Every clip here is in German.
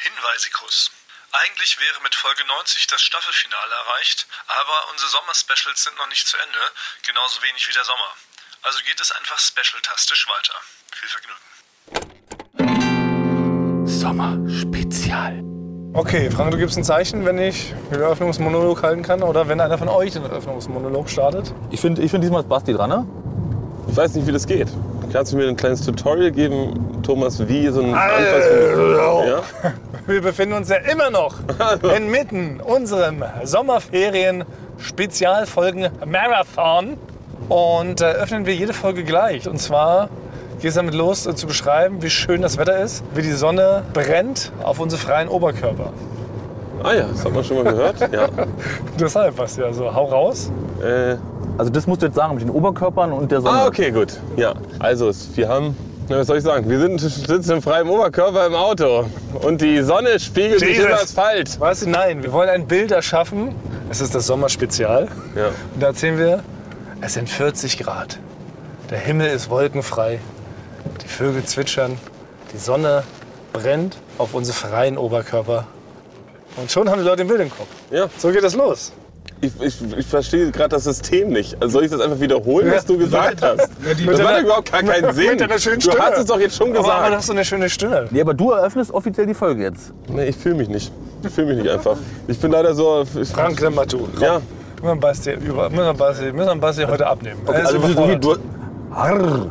Weisikus. Eigentlich wäre mit Folge 90 das Staffelfinale erreicht, aber unsere Sommer-Specials sind noch nicht zu Ende, genauso wenig wie der Sommer. Also geht es einfach special-tastisch weiter. Viel Vergnügen. Sommer-Spezial. Okay, Frank, du gibst ein Zeichen, wenn ich den Eröffnungsmonolog halten kann oder wenn einer von euch den Eröffnungsmonolog startet. Ich finde ich find diesmal ist Basti dran, ne? Ich weiß nicht, wie das geht. Kannst du mir ein kleines Tutorial geben, Thomas, wie so ein Anfangsmonolog? Ja? Wir befinden uns ja immer noch inmitten unserem Sommerferien-Spezialfolgen-Marathon und eröffnen wir jede Folge gleich. Und zwar geht es damit los, äh, zu beschreiben, wie schön das Wetter ist, wie die Sonne brennt auf unsere freien Oberkörper. Ah ja, das hat man schon mal gehört. Ja. Deshalb was ja so. Hau raus. Äh, also das musst du jetzt sagen mit den Oberkörpern und der Sonne. Ah, okay, gut. Ja. Also wir haben. Na, was soll ich sagen? Wir sind, sitzen im freien Oberkörper im Auto und die Sonne spiegelt Jesus. sich im Asphalt. Weißt du, nein, wir wollen ein Bild erschaffen. Es ist das Sommerspezial. Ja. Und da erzählen wir, es sind 40 Grad. Der Himmel ist wolkenfrei. Die Vögel zwitschern, die Sonne brennt auf unsere freien Oberkörper. Und schon haben die Leute ein Bild im Kopf. Ja. So geht das los. Ich, ich, ich verstehe gerade das System nicht. Also soll ich das einfach wiederholen, ja. was du gesagt hast? Ja, die, das macht überhaupt gar keinen Sinn. Mit einer schönen du Stimme. hast es doch jetzt schon gesagt. Aber, aber das ist so eine schöne Stimme. Nee, aber du eröffnest offiziell die Folge jetzt. Nee, ich fühle mich nicht. Ich fühle mich nicht einfach. Ich bin leider so... Ich, Frank also Remmatu. Ja. Müssen wir über, müssen Basti, müssen Basti heute abnehmen. Okay, also, also du, Arr.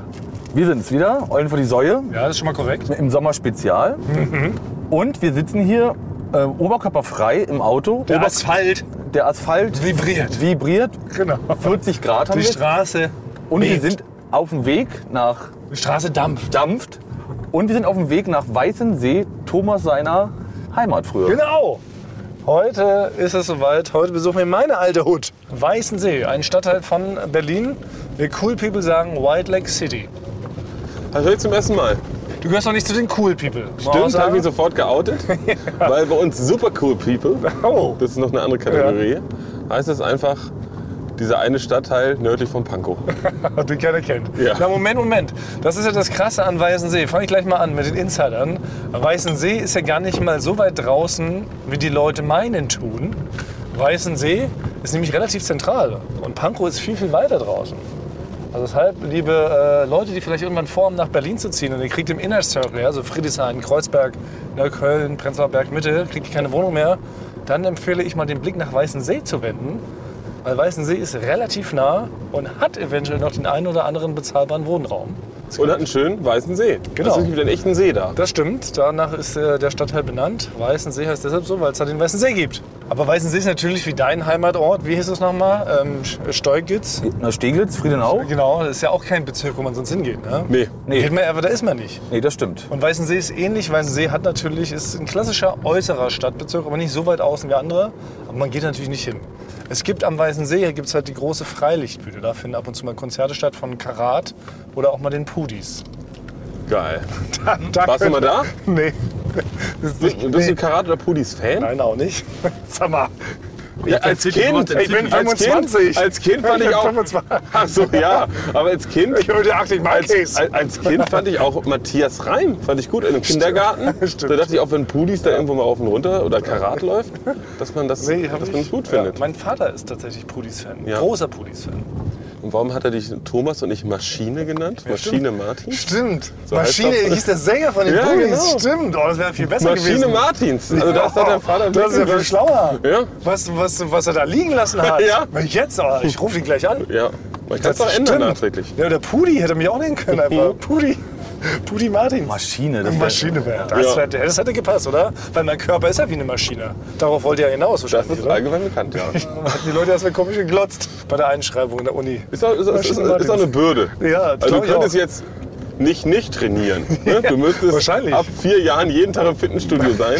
Wir sind's wieder, Eulen vor die Säue. Ja, das ist schon mal korrekt. Im Sommerspezial. Mhm. Und wir sitzen hier äh, oberkörperfrei im Auto. Der Ober Asphalt. Der Asphalt vibriert. Vibriert. Genau. 40 Grad haben die wir. Die Straße. Und bebt. wir sind auf dem Weg nach. Die Straße dampft. Dampft. Und wir sind auf dem Weg nach Weißensee, Thomas seiner Heimat früher. Genau. Heute ist es soweit. Heute besuchen wir meine alte Hut. Weißensee, ein Stadtteil von Berlin. Wir Cool People sagen White Lake City. Also ich zum ersten Mal. Du gehörst noch nicht zu den Cool People. Stimmt, habe ich mich sofort geoutet. ja. Weil bei uns Super Cool People, oh. das ist noch eine andere Kategorie, ja. heißt es einfach dieser eine Stadtteil nördlich von Pankow. Den keiner kennt. Ja. Na Moment, Moment. Das ist ja das Krasse an Weißensee. Fange ich gleich mal an mit den Insidern. Weißensee ist ja gar nicht mal so weit draußen, wie die Leute meinen tun. Weißensee ist nämlich relativ zentral und Pankow ist viel, viel weiter draußen. Also deshalb, liebe äh, Leute, die vielleicht irgendwann vorhaben, nach Berlin zu ziehen und ihr kriegt im Inner Circle, also Friedrichshain, Kreuzberg, Neukölln, Prenzlauer Berg, Mitte, kriegt ihr keine Wohnung mehr, dann empfehle ich mal den Blick nach Weißensee zu wenden. Weil Weißensee ist relativ nah und hat eventuell noch den einen oder anderen bezahlbaren Wohnraum. Und hat einen schönen weißen See. Genau. Also es gibt einen echten See da. Das stimmt. Danach ist äh, der Stadtteil benannt. Weißensee heißt deshalb so, weil es da den Weißen See gibt. Aber Weißensee ist natürlich wie dein Heimatort. Wie hieß es nochmal? Ähm, Steugitz? Na, Steglitz, Friedenau? Genau. Das ist ja auch kein Bezirk, wo man sonst hingeht. Ne? Nee. nee. Geht man, aber da ist man nicht. Nee, das stimmt. Und Weißensee ist ähnlich. Weißensee hat natürlich, ist ein klassischer äußerer Stadtbezirk, aber nicht so weit außen wie andere. Aber man geht natürlich nicht hin. Es gibt am Weißen See, hier gibt es halt die große Freilichtbühne. Da finden ab und zu mal Konzerte statt von Karat oder auch mal den Pudis. Geil. Da, da Hm? Warst du mal da? Nee. Bist, nee. bist du Karat oder Pudis-Fan? Nein, auch nicht. Sag mal. Ja, als, als Kind, ich bin 25. Als Kind, als kind fand ich, ich auch. 25. Ach so, ja. Aber als Kind. Ich höre Arctic Monkeys. Als, als Kind fand ich auch Matthias Reim, fand ich gut, in einem Stimmt. Kindergarten. Stimmt. Da dachte ich auch, wenn Pudis da irgendwo mal auf und runter oder Karat läuft, dass man das, nee, dass man das gut findet. Ja, mein Vater ist tatsächlich Pudis-Fan. Ja. Großer Pudis-Fan. Und warum hat er dich Thomas und ich Maschine genannt? Ja, Maschine stimmt. Martin? Stimmt. So Maschine hieß der Sänger von den ja, Bullies. Genau. Stimmt. Oh, das wäre viel besser Maschine gewesen. Maschine Martins. Also das hat der Vater Das ist ja viel schlauer. Ja. Was, was, was er da liegen lassen hat. ja. Jetzt, oh, ich rufe ihn gleich an. Ja. Man kann es doch ändern nachträglich. Mhm. Ja, der Pudi hätte mich auch nehmen können. Einfach. Pudi. Pudi Martins. Maschine. Das Maschine wäre. Das, ja. wär, das hätte gepasst, oder? Weil mein Körper ist ja wie eine Maschine. Darauf wollte er hinaus wahrscheinlich, Das ist allgemein bekannt, ja. die Leute erstmal komisch geglotzt bei der Einschreibung in der Uni. Ist doch, ist, ist, ist eine Bürde. Ja, also du könntest jetzt nicht nicht trainieren. Ne? Du müsstest ab vier Jahren jeden Tag im Fitnessstudio sein,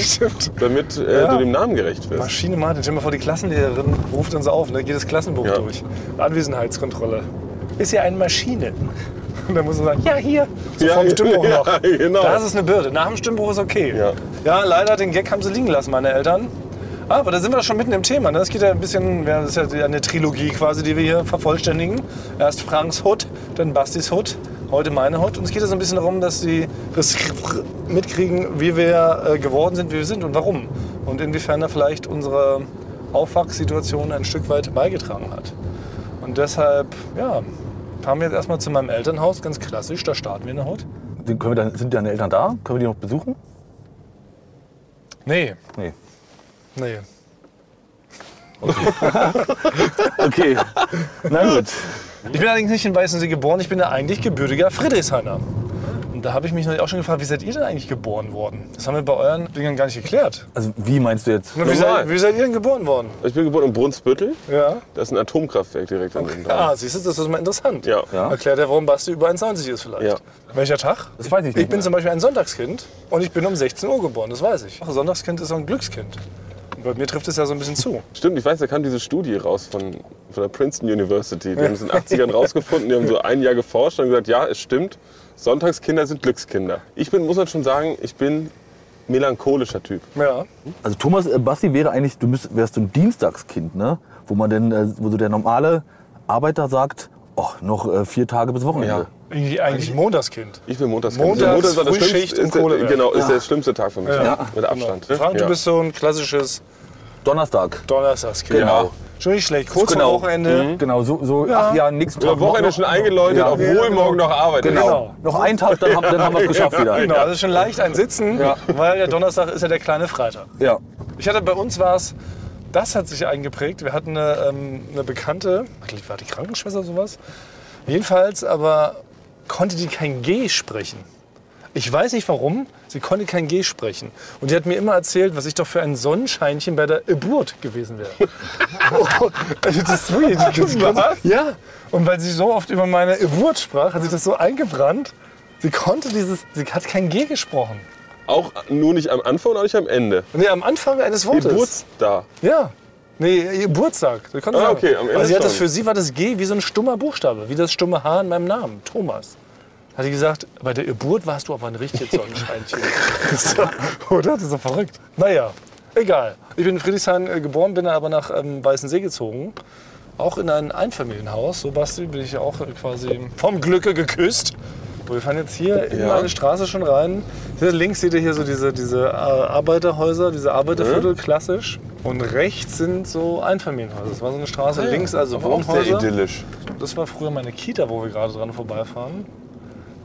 damit äh, ja. du dem Namen gerecht wirst. Maschine Martin, stell mal vor, die Klassenlehrerin ruft uns auf, ne? jedes Klassenbuch ja. durch. Anwesenheitskontrolle. Ist ja eine Maschine. Und dann muss man sagen, ja, hier. So ja, vom Stimmbuch ja, noch. Genau. Das ist eine Bürde. Nach dem Stimmbuch ist okay. Ja. ja, leider, den Gag haben sie liegen lassen, meine Eltern. Aber da sind wir schon mitten im Thema. Ne? Das geht ja ein bisschen, das ist ja eine Trilogie quasi, die wir hier vervollständigen. Erst Franks Hut, dann Bastis Hut, heute meine Hot. Und es geht ja so ein bisschen darum, dass sie das mitkriegen, wie wir äh, geworden sind, wie wir sind und warum. Und inwiefern da vielleicht unsere Aufwachsituation ein Stück weit beigetragen hat. Und deshalb, ja, fahren wir jetzt erstmal zu meinem Elternhaus, ganz klassisch, da starten wir in der Hot. Den Können wir dann, sind deine Eltern da? Können wir die noch besuchen? Nee, Nee. nee. Okay. Na gut. Ich bin allerdings nicht in Weißensee geboren, ich bin ja eigentlich gebürtiger Friedrichshainer. Und da habe ich mich natürlich auch schon gefragt, wie seid ihr denn eigentlich geboren worden? Das haben wir bei euren Dingern gar nicht geklärt. Also wie meinst du jetzt? Wie seid, seid- wie seid ihr denn geboren worden? Ich bin geboren in Brunsbüttel. Ja. Da ist ein Atomkraftwerk direkt daneben dran. Ah, siehst du, das ist mal interessant. Ja. Ja. Erklärt er, warum Basti über 91 ist vielleicht. Ja. Welcher Tag? Das weiß ich nicht Ich bin mehr. zum Beispiel ein Sonntagskind und ich bin um 16 Uhr geboren, das weiß ich. Ach, Sonntagskind ist auch ein Glückskind. Und bei mir trifft es ja so ein bisschen zu. Stimmt, ich weiß, da kam diese Studie raus von, von der Princeton University. Die haben es in den 80ern rausgefunden, die haben so ein Jahr geforscht und haben gesagt, ja, es stimmt, Sonntagskinder sind Glückskinder. Ich bin, muss man schon sagen, ich bin melancholischer Typ. Ja. Also Thomas äh, Basti wäre eigentlich, du müsst, wärst so ein Dienstagskind, ne? Wo man denn, äh, wo so der normale Arbeiter sagt, oh, noch äh, vier Tage bis Wochenende. Irgendwie eigentlich Montagskind. Ich bin montags Montags, Frühschicht und ist der, Kohlewerk. Genau, ist der schlimmste Tag für mich. ne? Mit Abstand. Genau. Frank, Ja. du bist so ein klassisches Donnerstag. Donnerstagskind. Genau. Schon nicht schlecht. Kurz Genau. vor Wochenende. Genau, so, so ach ja, nächsten Tag. Am Mhm. Wochenende noch- schon eingeläutet, Ja. obwohl morgen noch Arbeit ist. Genau. Noch einen Tag, dann, hab- dann haben wir es geschafft wieder. Genau, also schon leicht ein Sitzen, Ja. weil der Donnerstag ist ja der kleine Freitag. Ja. Ich hatte bei uns war es, das hat sich eingeprägt. Wir hatten eine, ähm, eine Bekannte, war die Krankenschwester sowas. Jedenfalls, aber konnte die kein G sprechen. Ich weiß nicht warum, sie konnte kein G sprechen. Und die hat mir immer erzählt, was ich doch für ein Sonnenscheinchen bei der Geburt gewesen wäre. oh, das ist wirklich, das ist ja, und weil sie so oft über meine Geburt sprach, hat sich das so eingebrannt. Sie konnte dieses, sie hat kein G gesprochen. Auch nur nicht am Anfang und auch nicht am Ende. Nee, am Anfang eines Wortes. Geburtstag. Ja. Nee, ihr Geburtstag. Das kannst du Ah, sagen. okay, am Ende also sie hat das, schon. für sie war das G wie so ein stummer Buchstabe, wie das stumme H in meinem Namen, Thomas. Hat sie gesagt, bei der Geburt warst du aber ein richtiges Sonnenscheinchen. Das ist ja- Oder? Das ist doch verrückt. Naja, egal. Ich bin in Friedrichshain äh, geboren, bin aber nach ähm, Weißensee gezogen. Auch in ein Einfamilienhaus. So, Basti, bin ich ja auch äh, quasi vom Glücke geküsst. So, Wir fahren jetzt hier in Ja. eine Straße schon rein. Hier links seht ihr hier so diese, diese äh, Arbeiterhäuser, diese Arbeiterviertel, klassisch. Und rechts sind so Einfamilienhäuser. Das war so eine Straße. Links also Wohnhäuser. idyllisch. Das war früher meine Kita, wo wir gerade dran vorbeifahren.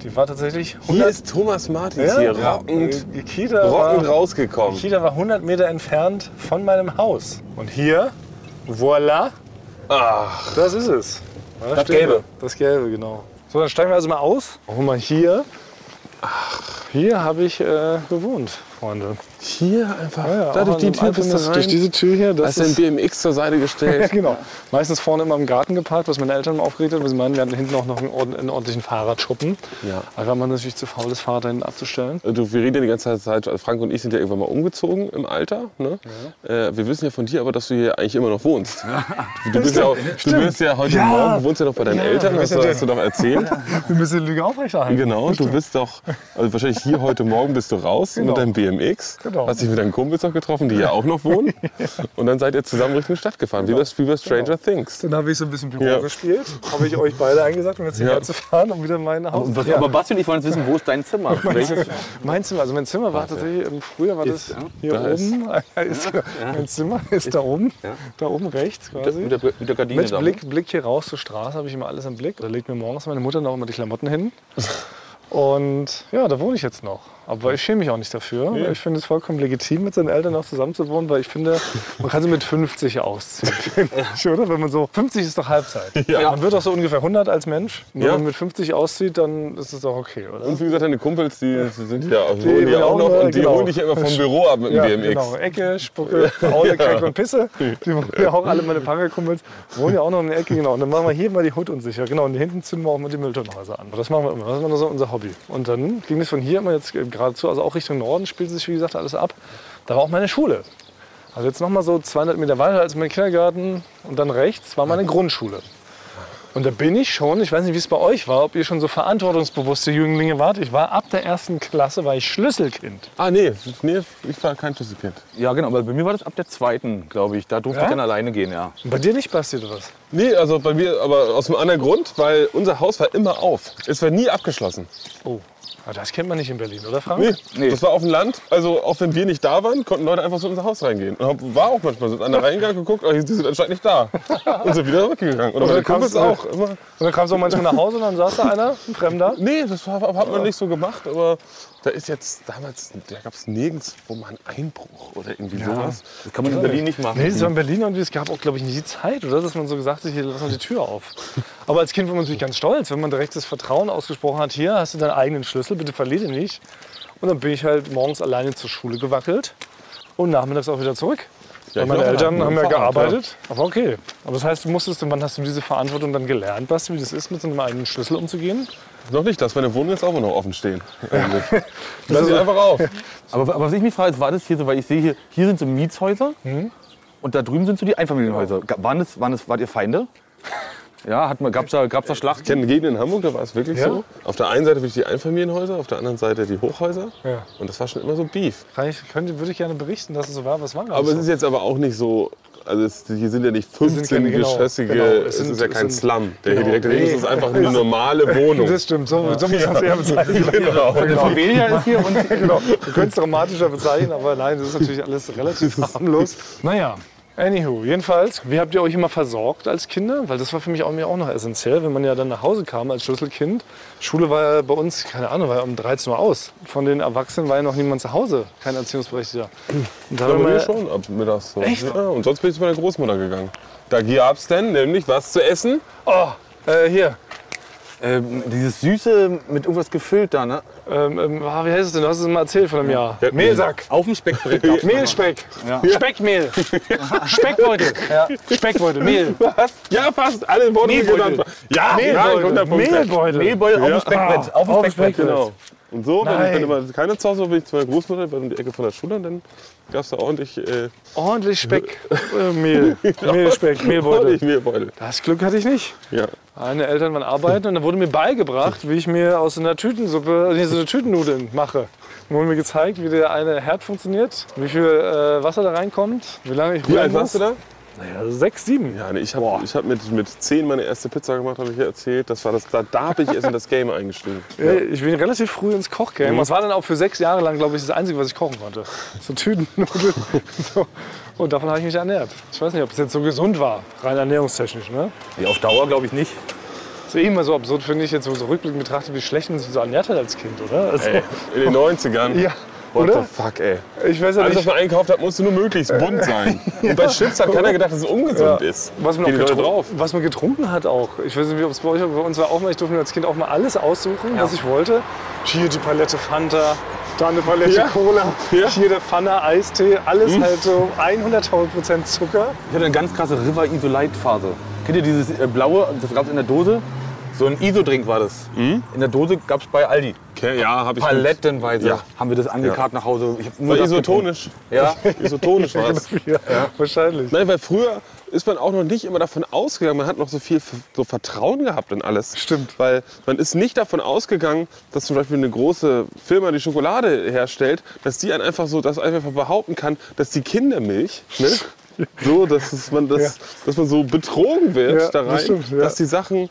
Die war tatsächlich Hier 100 ist Thomas Martins hier rockend, äh, die Kita rockend war, die rausgekommen. Kita war 100 Meter entfernt von meinem Haus. Und hier, voilà, Ach, das ist es. Da stehen Gelbe. wir. Das Gelbe, genau. So, dann steigen wir also mal aus. Guck mal hier. Hier habe ich äh, gewohnt, Freunde. hier einfach. Ja, ja, da durch auch die an so Tür einem bist du Alpenriss, rein. Durch diese Tür hier. Das hast den ist, BMX zur Seite ja, gestellt. genau. Meistens vorne immer im Garten geparkt, was meine Eltern immer aufgeregt haben, weil sie meinen, wir hatten hinten auch noch einen, ord einen ordentlichen Fahrradschuppen. Ja. Aber war man natürlich zu faul, das Fahrrad da hinten abzustellen. Du, wir reden ja die ganze Zeit, also Frank und ich sind ja irgendwann mal umgezogen im Alter. Ne? Äh, wir wissen ja von dir aber, dass du hier eigentlich immer noch wohnst. Du bist ja, auch, du bist ja heute Morgen, du wohnst ja noch bei deinen Eltern, hast du, hast du doch erzählt. Wir müssen die Lüge aufrechterhalten. Genau, du bist doch, also wahrscheinlich hier heute Morgen bist du raus mit deinem BMX. Genau. Hast dich mit deinen Kumpels noch getroffen, die ja auch noch wohnen. Und dann seid ihr zusammen Richtung Stadt gefahren, wie, bei, wie bei Stranger Things. Dann habe ich so ein bisschen Büro Ja. gespielt, habe ich euch beide eingesagt, um jetzt hierher Ja. zu fahren, um wieder mein Haus Und was, Aber Basti und ich wollen jetzt wissen, wo ist dein Zimmer? Welches? Mein Zimmer, also mein Zimmer war tatsächlich, ähm, früher war das hier Da ist- oben, Ja, ist, mein Zimmer ist, da oben, da oben rechts quasi. Mit der, mit der Gardine Mit ne? Blick, Blick hier raus zur Straße habe ich immer alles im Blick. Da legt mir morgens meine Mutter noch immer die Klamotten hin. Und ja, da wohne ich jetzt noch. Aber ich schäme mich auch nicht dafür. Ich finde es vollkommen legitim, mit seinen Eltern noch zusammen zu wohnen, weil ich finde, man kann sie mit 50 ausziehen. finde ich, oder? Wenn man so, 50 ist doch Halbzeit. Man wird doch so ungefähr 100 als Mensch. Und Wenn Ja. man mit 50 auszieht, dann ist es doch okay, oder? Und wie gesagt, deine Kumpels, die sind ja, wohnen wohnen ja auch noch da, und die genau. holen dich ja immer vom Büro ab mit dem Ja, BMX. genau. Ecke, Spucke, Aule, Kack und Pisse. Die wohnen ja auch alle meine Pangerkumpels. Wohnen ja auch noch in der Ecke, genau. Und dann machen wir hier mal die Hut unsicher. Genau, und hinten zünden wir auch mal die Mülltonnenhäuser an. Das machen wir immer. Das ist immer so unser Hobby. Und dann ging es von hier immer jetzt geradezu, also auch Richtung Norden spielt sich, wie gesagt, alles ab. Da war auch meine Schule. Also jetzt noch mal so 200 Meter weiter als mein Kindergarten und dann rechts war meine Grundschule. Und da bin ich schon, ich weiß nicht, wie es bei euch war, ob ihr schon so verantwortungsbewusste Jünglinge wart. Ich war ab der ersten Klasse, war ich Schlüsselkind. Ah, nee, nee, ich war kein Schlüsselkind. Ja, genau, aber bei mir war das ab der zweiten, glaube ich. Da durfte Ja? ich dann alleine gehen, ja. Und bei dir nicht passiert was? Nee, also bei mir, aber aus einem anderen Grund, weil unser Haus war immer auf. Es war nie abgeschlossen. Oh, aber das kennt man nicht in Berlin, oder Frank? Nee, Nee. das war auf dem Land. Also auch wenn wir nicht da waren, konnten Leute einfach so in unser Haus reingehen. Und hab- war auch manchmal so sind einer reingegangen, geguckt, oh, die sind anscheinend nicht da. Und sind wieder zurückgegangen. Oder meine Kumpels auch. Immer. Und dann kamst du auch manchmal nach Hause und dann saß da einer, ein Fremder. Nee, das war, hat man nicht so gemacht, aber da ist jetzt damals, da gab es nirgends, wo man Einbruch oder irgendwie sowas. Das kann man in Berlin nicht machen. Nee, das war in Berlin und es gab auch, glaube ich, nicht die Zeit, oder? Dass man so gesagt hat, hier lass mal die Tür auf. Aber als Kind war man natürlich ganz stolz, wenn man direkt das Vertrauen ausgesprochen hat, hier hast du deinen eigenen Schlüssel, bitte verlier den nicht. Und dann bin ich halt morgens alleine zur Schule gewackelt und nachmittags auch wieder zurück. Ja, Weil ich meine auch. Eltern Ja, haben ja Fahrrad, gearbeitet. Aber okay. Aber das heißt, du musstest, wann hast du diese Verantwortung dann gelernt, Basti, wie das ist, mit so einem eigenen Schlüssel umzugehen? Noch nicht, dass meine Wohnung jetzt auch noch offen stehen. Eigentlich. Lass sie einfach auf. Aber, aber was ich mich frage, ist, war das hier so, weil ich sehe, hier, hier sind so Mietshäuser und da drüben sind so die Einfamilienhäuser. Ga- Waren das, waren das, wart ihr Feinde? Ja, hat man, gab's da, gab's da Schlachten? Ich kenne Gegenden in Hamburg, da war es wirklich Ja? so. Auf der einen Seite wirklich die Einfamilienhäuser, auf der anderen Seite die Hochhäuser. Ja. Und das war schon immer so Beef. Kann ich, könnte, würde ich gerne berichten, dass es so war, was war das? Aber so? es ist jetzt aber auch nicht so, also es, hier sind ja nicht sind keine- genau, 15-geschossige, genau, es es, sind- ist ja es kein sind- genau. Slum, der hier direkt daneben ist. Es ist nee. einfach eine normale Wohnung. Das stimmt, so, so muss man es eher bezeichnen. Genau. Genau. Weniger ist hier und genau. Du könntest dramatischer bezeichnen, aber nein, das ist natürlich alles relativ harmlos. Naja. Anywho, jedenfalls, wie habt ihr euch immer versorgt als Kinder? Weil das war für mich auch, mir auch noch essentiell, wenn man ja dann nach Hause kam als Schlüsselkind. Schule war ja bei uns, keine Ahnung, war ja um 13 Uhr aus. Von den Erwachsenen war ja noch niemand zu Hause, kein Erziehungsberechtigter. Und da Ja, haben bei mir wir schon ab mittags so. Ja, und sonst bin ich zu meiner Großmutter gegangen. Da gab's denn nämlich was zu essen. oh, äh, hier, Ähm, dieses Süße mit irgendwas gefüllt da, ne? ähm, ähm, ah, wie heißt es denn? Du hast es mal erzählt vor einem Jahr. Mehlsack. Auf dem Speckbrett. gab's noch was. Mehlspeck. Speckmehl. Speckbeutel. Speckbeutel, Mehl. Was? Ja, fast. Alle Worte die Mehlbeutel. genannt waren. Ja, ja, Mehlbeutel. 100 Punkte. Mehlbeutel. Mehlbeutel auf dem Speckbrett. Ah, auf dem auf dem Speckbrett, Speckbrett. genau. Und so, wenn Nein. ich dann immer keine zu Hause war, bin ich zu meiner Großmutter, war um die Ecke von der Schule und dann gab's da ordentlich, äh, Ordentlich Speck, äh, Mehl, Mehlspeck, Mehlbeutel. ordentlich Mehlbeutel. Das Glück hatte ich nicht. Ja. Meine Eltern waren arbeiten und dann wurde mir beigebracht, wie ich mir aus einer Tütensuppe, äh, nee, so eine Tütennudeln mache. Dann wurde mir gezeigt, wie der eine Herd funktioniert, wie viel äh, Wasser da reinkommt, wie lange ich Wie rühren alt warst muss. du da? Ja, sechs, sieben. Ja, nee, ich habe ich hab mit, mit 10 meine erste Pizza gemacht, habe ich ja erzählt. Das war das, da, da habe ich erst in das Game eingestiegen. Ja, Äh, Ich bin relativ früh ins Mhm. Kochgame. Das war dann auch für sechs Jahre lang, glaube ich, das Einzige, was ich kochen konnte. So Tütennudeln. so. Und davon habe ich mich ernährt. Ich weiß nicht, ob es jetzt so gesund war, rein ernährungstechnisch. Ne? Nee, auf Dauer glaube ich nicht. Ist eh immer so absurd, finde ich, jetzt so, so rückblickend betrachtet, wie schlecht man sich so ernährt hat als Kind, oder? Also, Ey, in den 90ern. Ja, What oder? the fuck, ey. Ich weiß ja Alles, was nicht, man eingekauft hat, musste nur möglichst bunt sein. Und bei Chips hat keiner gedacht, dass es ungesund ist. was man, Gehen auch die Leute getrun- drauf. was man getrunken hat auch. Ich weiß nicht, wie ob es bei euch bei uns war auch mal. Ich durfte mir als Kind auch mal alles aussuchen, was ich wollte. Hier die Palette Fanta, da eine Palette Ja. Cola, Ja. Hm. hier der Pfanne Eistee. Alles halt so 100.000% Zucker. Ich hatte eine ganz krasse River Isolite Phase. Kennt ihr dieses äh, blaue, das gab's in der Dose? So ein Iso-Drink war das. In der Dose gab's bei Aldi. Okay, ja, habe ich. Palettenweise Ja. haben wir das angekarrt nach Hause. Ich hab nur War das isotonisch. Ja. Isotonisch war es. Ja, wahrscheinlich. Nein, weil früher ist man auch noch nicht immer davon ausgegangen, man hat noch so viel Ver- so Vertrauen gehabt in alles. Stimmt. Weil man ist nicht davon ausgegangen, dass zum Beispiel eine große Firma die Schokolade herstellt, dass die einen einfach so, dass einfach behaupten kann, dass die Kindermilch, ne, so, dass es man, das, Ja. dass man so betrogen wird Ja, da das rein, stimmt, ja. dass die Sachen äh,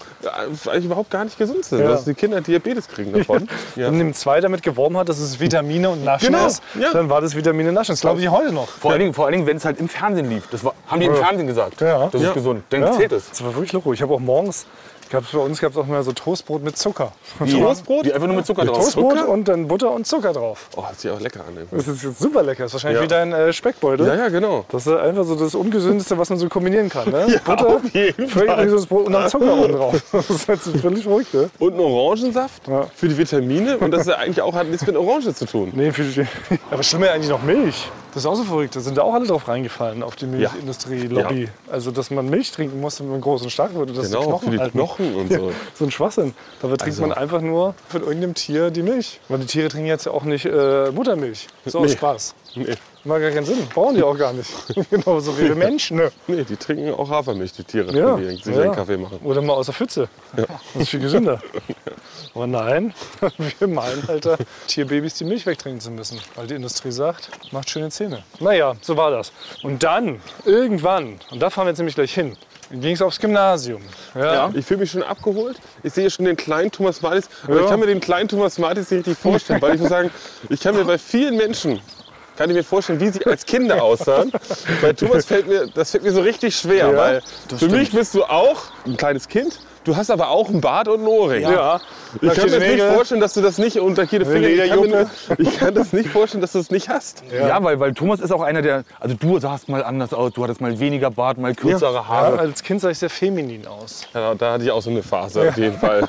eigentlich überhaupt gar nicht gesund sind, Ja. dass die Kinder Diabetes kriegen davon. Ja. Wenn dem zwei damit geworben hat, dass es Vitamine und Naschen Genau, ist, ja. dann war das Vitamine Naschen. Das glaube ich heute noch. Vor allen Dingen, vor allen Dingen wenn es halt im Fernsehen lief. Das war, haben die im Fernsehen gesagt. Ja. Das ist Ja. gesund. Dann zählt es. Das war wirklich loco. Ich habe auch morgens, gab's bei uns gab es auch mal so Toastbrot mit Zucker. Toastbrot? Die einfach nur mit Zucker drauf. Toastbrot und dann Butter und Zucker drauf. Oh, hört sich auch lecker an. ey. Das ist jetzt super lecker. Das ist wahrscheinlich Ja. wie dein äh, Speckbeutel. Ja, ja, genau. Das ist einfach so das Ungesündeste, was man so kombinieren kann. Ne? Butter, auf jeden völlig Fall. ungesundes Brot und dann Zucker oben drauf. Das ist jetzt völlig verrückt, ne? Und einen Orangensaft Ja. für die Vitamine. Und das ist ja eigentlich auch hat nichts mit Orange zu tun. Nee, viel, viel. Aber schlimmer eigentlich noch Milch. Das ist auch so verrückt. Da sind da auch alle drauf reingefallen, auf die Milchindustrie-Lobby. Also, dass man Milch trinken muss, wenn man groß und stark wird. Und dass die Genau, Knochen halt für die halten. Knochen und so. So ein Schwachsinn. Dabei trinkt Also. man einfach nur von irgendeinem Tier die Milch. Weil die Tiere trinken jetzt ja auch nicht äh, Muttermilch. So aus Spaß. Nee. Macht gar keinen Sinn. Brauchen die auch gar nicht. genau so viele Menschen. Ne? Nee, die trinken auch Hafermilch, die Tiere, Ja, wenn die sich ja. einen Kaffee machen. Oder mal aus der Pfütze. Das ist viel gesünder. Aber nein, wir meinen, Alter, Tierbabys die Milch wegtrinken zu müssen. Weil die Industrie sagt, macht schöne Zähne. Naja, so war das. Und dann, irgendwann, und da fahren wir jetzt nämlich gleich hin, ging es aufs Gymnasium. Ja. Ich fühle mich schon abgeholt. Ich sehe schon den kleinen Thomas Martis. Aber ich kann mir den kleinen Thomas Martis nicht richtig vorstellen. weil ich muss sagen, ich kann mir bei vielen Menschen, kann ich mir vorstellen, wie sie als Kinder aussahen. Bei Thomas fällt mir, das fällt mir so richtig schwer. Ja, weil für mich bist du auch ein kleines Kind. Du hast aber auch einen Bart und einen Ohrring. Ja. Ich kann mir das nicht Lackierte vorstellen, dass du das nicht unter jede Finger. Ich kann, mir, ich kann das nicht vorstellen, dass du es nicht hast. Ja, weil, weil Thomas ist auch einer, der. Also du sahst mal anders aus, du hattest mal weniger Bart, mal kürzere Ja, Haare. als Kind sah ich sehr feminin aus. Ja, da hatte ich auch so eine Phase auf jeden Fall.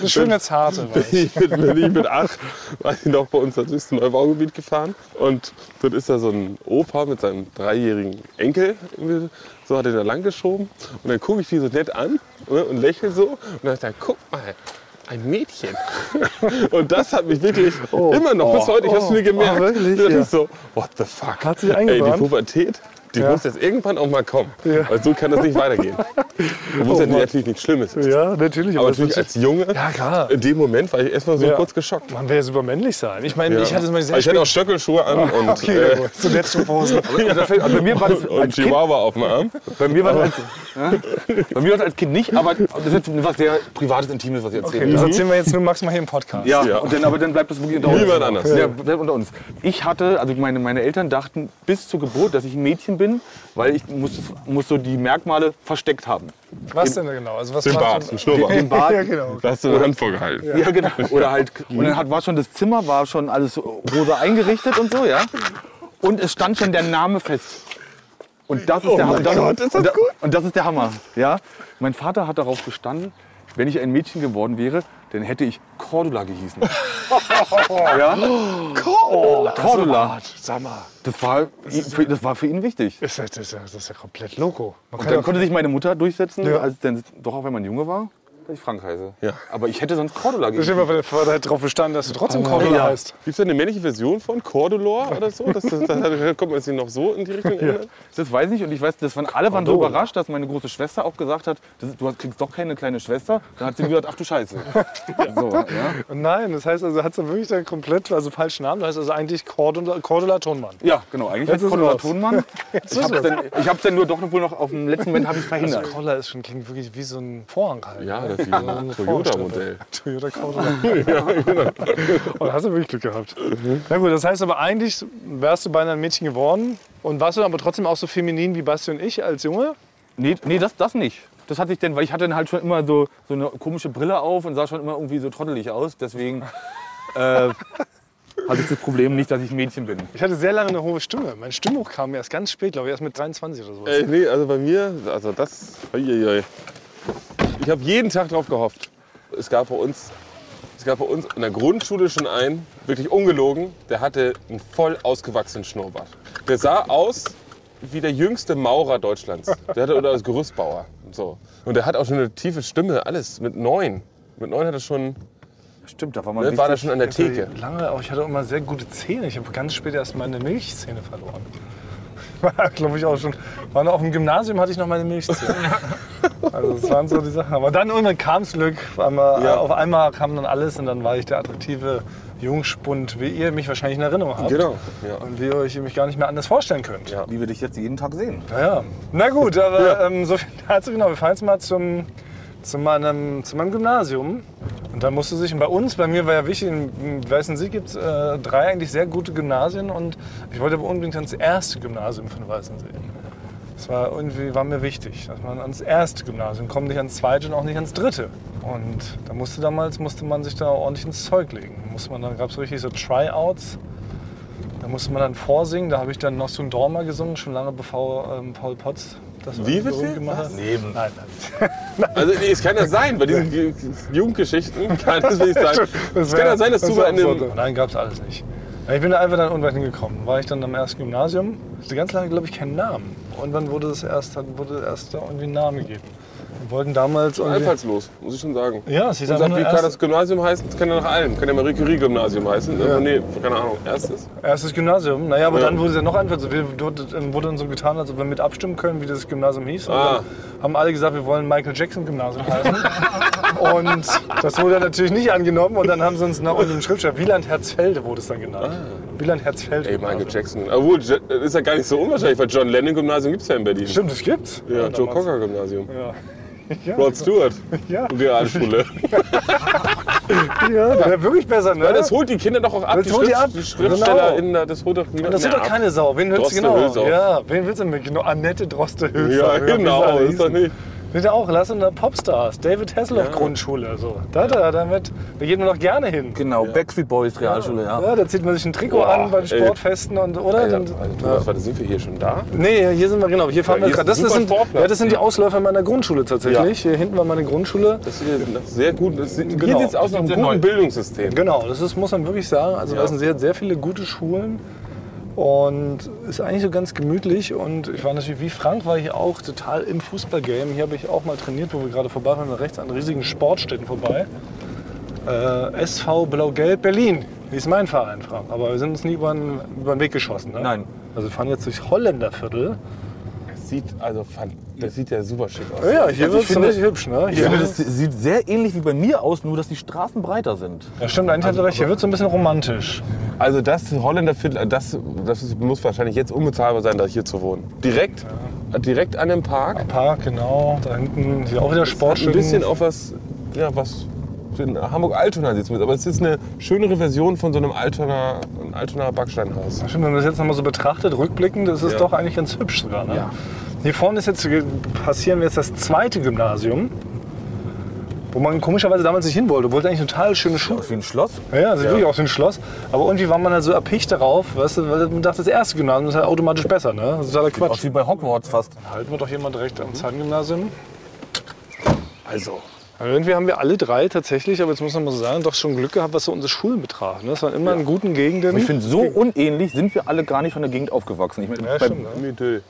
Eine schöne Zarte. War ich. ich bin, bin ich mit acht, war ich noch bei uns durchs Neubaugebiet gefahren. Und dort ist da so ein Opa mit seinem dreijährigen Enkel, irgendwie, so hat er da lang geschoben. Und dann gucke ich die so nett an ne, und lächle so. Und dann dachte ich, guck mal. Ein Mädchen. Und das hat mich wirklich Oh, immer noch bis heute, ich hab's mir gemerkt. wirklich? Das Ja. ist so, what the fuck? Hat sich Ey, die eingebrannt? Pubertät, die muss jetzt irgendwann auch mal kommen. Ja. Oh Weil so kann das nicht weitergehen. Obwohl es ja natürlich nichts Schlimmes ist. Ja, natürlich. Aber es natürlich wird- als Junge, Ja, klar. in dem Moment war ich erstmal so Ja. kurz geschockt. man will ja super männlich sein. Ich meine, Ja. ich hatte es mal sehr Ah, Aber ich hatte auch Stöckelschuhe an und, äh, spät- Zuletzt Posen. Und Also das fällt- bei mir war das und, als Kind, Chihuahua auf dem Arm. bei mir war das als, ja? bei mir war das als Kind nicht, aber das ist jetzt was sehr privates, intimes, was ich erzähle. Das erzählen wir jetzt nur maximal hier im Podcast. Ja, Ja. Und dann, aber dann bleibt das wirklich unter uns. Niemand anders. Ja, bleibt unter uns. Ich hatte, also meine, meine Eltern dachten bis zur Geburt, dass ich ein Mädchen bin, weil ich muss, muss so die Merkmale versteckt haben. Was denn da genau? Also was Den macht Bart, man- den Schnurrbart. Bart. Ja, genau. Da hast du eine Hand vorgehalten. Ja, genau. Oder halt, und dann hat, war schon das Zimmer, war schon alles rosa eingerichtet und so, ja. Und es stand schon der Name fest. Und das ist der Hammer. Das- Oh Gott, ist das und, da- gut? und das ist der Hammer, ja. Mein Vater hat darauf bestanden, wenn ich ein Mädchen geworden wäre, dann hätte ich Cordula gehießen. ja? Cordula. Cordula. Sag mal, Das war, für- das war für ihn wichtig. das ist, ja- das ist, ja- das ist ja komplett loco. Und Man kann dann doch, konnte sich meine Mutter durchsetzen, Ja. als denn, doch auch wenn man Junge war, dass ich Frank heiße. Ja. Aber ich hätte sonst Cordula ich gehießen. habe halt darauf bestanden, dass du trotzdem Cordula Ja. heißt. Gibt es da eine männliche Version von Cordelor oder so? Das, das, da kommt man sich noch so in die Richtung erinnern? Das weiß ich nicht. Und ich weiß, das waren, alle waren so überrascht, dass meine große Schwester auch gesagt hat, das, ist- du hast- kriegst doch keine kleine Schwester. Dann hat sie mir gesagt, ach du Scheiße. So, ja. Und nein, das heißt also, hat sie wirklich dann komplett also falschen Namen. Das heißt also eigentlich Cordula, Cordula Tonmann. ja, genau. Eigentlich Jetzt als ist Cordula es. Tonmann. Ich ist hab's, es. dann, ich hab's dann nur doch wohl noch auf dem letzten Moment habe ich verhindert. Cordula ist schon klingt wirklich wie so ein Vorhang halt. Ja, das ist wie ein Toyota-Modell. Toyota Corolla. Und Oh, hast du wirklich Glück gehabt. Na gut, das heißt aber eigentlich wärst du beinahe ein Mädchen geworden und warst du aber trotzdem auch so feminin wie Basti und ich als Junge. Nee, nee das, das nicht. Das hatte ich denn, weil ich hatte dann halt schon immer so, so eine komische Brille auf und sah schon immer irgendwie so trottelig aus. Deswegen äh, hatte ich das Problem nicht, dass ich Mädchen bin. Ich hatte sehr lange eine hohe Stimme. Mein Stimmhoch kam mir erst ganz spät, glaube ich, erst mit 23 oder so. Ey, nee, also bei mir, also das, uiuiui. ich habe jeden Tag drauf gehofft. Es gab bei uns, es gab bei uns in der Grundschule schon einen, wirklich ungelogen, der hatte einen voll ausgewachsenen Schnurrbart. Der sah aus wie der jüngste Maurer Deutschlands. Der hatte oder als Gerüstbauer und so. Und der hat auch schon eine tiefe Stimme, alles mit neun. Mit neun hat er schon, Stimmt, da war man ne, war er schon an der Theke. Lange, aber ich hatte auch immer sehr gute Zähne. Ich habe ganz spät erst meine Milchzähne verloren. War, glaube ich, auch schon. War noch im Gymnasium hatte ich noch meine Milchzähne. Also das waren so die Sachen. Aber dann irgendwann kam es Glück. Auf einmal, Ja. auf einmal kam dann alles und dann war ich der attraktive Jungspund, wie ihr mich wahrscheinlich in Erinnerung habt. Genau, ja. Und wie ihr euch mich gar nicht mehr anders vorstellen könnt. Ja. Wie wir dich jetzt jeden Tag sehen. Naja. Na gut, aber ähm, so viel dazu genau. Wir fahren jetzt mal zum, zu, meinem, zu meinem Gymnasium. Und da musste sich, und bei uns, bei mir war ja wichtig, in Weißensee gibt es äh, drei eigentlich sehr gute Gymnasien und ich wollte aber unbedingt ans erste Gymnasium von Weißensee. Das war irgendwie war mir wichtig, dass man ans erste Gymnasium kommt, nicht ans zweite und auch nicht ans dritte. Und da musste damals musste man sich da ordentlich ins Zeug legen. Musste man, dann gab es richtig so Tryouts. Da musste man dann vorsingen. Da habe ich dann Nostrum Dorma gesungen, schon lange bevor ähm, Paul Potts das Wie berühmt bitte? gemacht hat. Nein, nein. Also nee, es kann ja sein, bei diesen Ju- Jugendgeschichten kann das nicht sein. Es wär- kann ja sein, dass du wär bei einem absurd. Nein, gab es alles nicht. Ich bin da einfach dann irgendwann hingekommen. War ich dann am ersten Gymnasium. Hatte ganz lange, glaube ich, keinen Namen. Und dann wurde es erst, dann wurde erst da irgendwie ein Name gegeben. Wir wollten damals. irgendwie- Einfallslos, muss ich schon sagen. Äh, Ja, sie Man sagen sagt, nur wie kann das erst, Gymnasium heißen? Das kann ja nach allem. Kann ja Marie Curie-Gymnasium heißen. Ja. Nee, keine Ahnung. Erstes? erstes Gymnasium. Naja, aber Ja. dann wurde es ja noch einfacher. Also wir- dort, ähm, wurde uns so getan, als ob wir mit abstimmen können, wie das Gymnasium hieß. Und Ah. dann haben alle gesagt, wir wollen Michael Jackson Gymnasium heißen. und das wurde natürlich nicht angenommen. Und dann haben sie uns nach unserem Schriftsteller Wieland Herzfelde wurde es dann genannt. Wieland Herzfelde. Ah. Ey, Michael Jackson. Obwohl, Ja- das ist ja gar nicht so unwahrscheinlich, weil John Lennon-Gymnasium gibt es ja in Berlin. Stimmt, das gibt's. Ja, Joe damals. Cocker-Gymnasium. Ja. Rod Stewart. Ja. Realschule. Ja, der wäre wirklich besser, ne? Ja, das holt die Kinder doch auch ab. Das die, holt die Schrift, ab. die Schriftsteller Genau. in der, das holt doch niemand das sind mehr doch ab. keine Sau. Wen willst Droste du genau? Hülsau. Ja, wen willst du mit genau? Annette Droste Ja, Hülsau. genau. Ist doch nicht. Bitte auch, lass uns da Popstars. David Hasselhoff Grundschule. So. Da, da, damit. Da geht man doch gerne hin. Genau, Backstreet Boys Realschule, ja. Ja, da zieht man sich ein Trikot Ah. Boah, an bei den ey. Sportfesten und, oder? Alter, Dann- Alter, Thomas, warte, sind wir hier schon da? Nee, hier sind wir genau. Hier fahren Ja, wir hier gerade. Das, ist ein das, super sind- Sportplatz. ja, das sind die Ausläufer meiner Grundschule tatsächlich. Hier hinten war meine Grundschule. Das sieht ja nach sehr gut. Das sieht, Genau. Hier sieht es aus nach einem Sehr guten neu. Bildungssystem. Genau, das ist, muss man wirklich sagen. Also Weißensee hat sehr viele gute Schulen und ist eigentlich so ganz gemütlich. Und ich war natürlich, wie Frank, war ich auch total im Fußballgame. Hier habe ich auch mal trainiert, wo wir gerade vorbeifahren, rechts an riesigen Sportstätten vorbei. Äh, SV Blau-Gelb Berlin hieß mein Verein, Frank. Aber wir sind uns nie über den, über den Weg geschossen. Ne? Nein. Also wir fahren jetzt durchs Holländerviertel. Das sieht, also, fan- das sieht ja super schick aus. Ja, hier Also wird ich es finde- richtig hübsch. Ne? Ich Hier, finde, das sieht sehr ähnlich wie bei mir aus, nur dass die Straßen breiter sind. ja, stimmt, eigentlich hat er recht. Hier wird es ein bisschen romantisch. Also das Holländer Viertel, das, das ist, muss wahrscheinlich jetzt unbezahlbar sein, da hier zu wohnen. Direkt, direkt an dem Park. Park, genau. Da hinten hier auch halt wieder Ein Sportstätten. bisschen auf was, ja was, in Hamburg-Altona sieht es mit. Aber es ist eine schönere Version von so einem Altonaer Altona Backsteinhaus. Stimmt, wenn man das jetzt nochmal so betrachtet, rückblickend, ist es Ja. doch eigentlich ganz hübsch sogar. Ne? Ja. Hier vorne ist jetzt, äh, passieren wir jetzt das zweite Gymnasium, wo man komischerweise damals nicht hin wollte. Wollte eigentlich total schöne Schule. Aus wie ein Schloss. Ja, also wirklich auch so ein Schloss. Aber irgendwie war man da so erpicht darauf, weißt du, weil man dachte, das erste Gymnasium ist halt automatisch besser. Ne? Das ist Aus totaler Quatsch. wie Mhm. bei Hogwarts fast. Halten wir doch hier mal direkt am Zahngymnasium. Also, Also irgendwie haben wir alle drei tatsächlich, aber jetzt muss man mal so sagen, doch schon Glück gehabt, was so unsere Schulen betraf. Ne? Das waren immer in guten Gegenden. Ich finde, so unähnlich sind wir alle gar nicht von der Gegend aufgewachsen. Ich meine, Ja, bei- stimmt, ne? Mittel.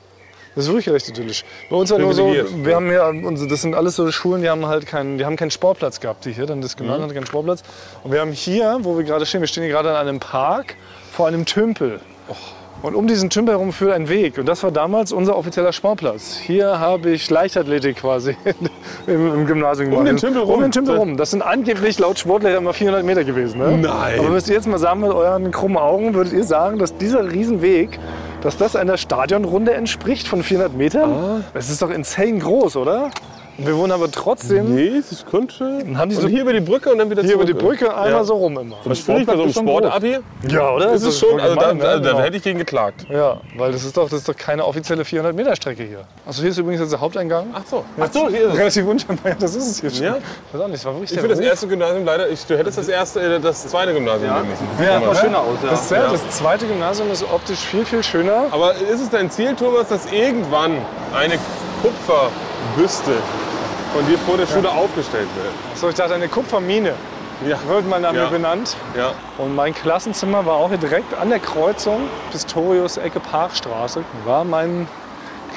Das ist wirklich recht idyllisch. Bei uns war nur so, Privilegiert. wir haben ja, unsere- das sind alles so Schulen, die haben halt keinen, die haben keinen Sportplatz gehabt, die hier, dann das Gymnasium hat keinen Sportplatz. Und wir haben hier, wo wir gerade stehen, wir stehen hier gerade an einem Park vor einem Tümpel. Und um diesen Tümpel herum führt ein Weg. Und das war damals unser offizieller Sportplatz. Hier habe ich Leichtathletik quasi im, im Gymnasium gemacht. den Tümpel Um rum? den Tümpel rum. Das sind angeblich laut Sportlehrer immer 400 Meter gewesen. Ne? Nein. Aber müsst ihr jetzt mal sagen, mit euren krummen Augen, würdet ihr sagen, dass dieser Riesenweg, dass das einer Stadionrunde entspricht von 400 Metern? Ah. Das ist doch insane groß, oder? Und wir wohnen aber trotzdem Nee, es könnte. haben die so- und hier über die Brücke und dann wieder hier über zurück. die Brücke einmal so rum immer. Das ist schwierig bei so einem Sportplatz Sport-Abi. Ja, oder? Das ist schon, voll also da, gemein, ne? also da Genau. hätte ich gegen geklagt. Ja, weil das ist doch, das ist doch keine offizielle 400-Meter-Strecke hier. Also hier ist übrigens jetzt der Haupteingang. Ach so, Ach so hier ist es. Relativ unscheinbar, das ist es hier schon. Ja. Ich weiß auch nicht, das war wirklich Ich der finde das Ruf. erste Gymnasium leider, ich, du hättest das erste, äh, das zweite Gymnasium nehmen müssen. Ja, Thomas. ne? schöner aus, ja. Das, ja, das zweite Gymnasium ist optisch viel, viel schöner. Aber ist es dein Ziel, Thomas, dass irgendwann eine Kupferbüste von dir vor der Schule aufgestellt wird? So, ich dachte, eine Kupfermine Ja. wird mal nach Ja. mir benannt. ja. Und mein Klassenzimmer war auch hier direkt an der Kreuzung Pistorius Ecke Parkstraße. War mein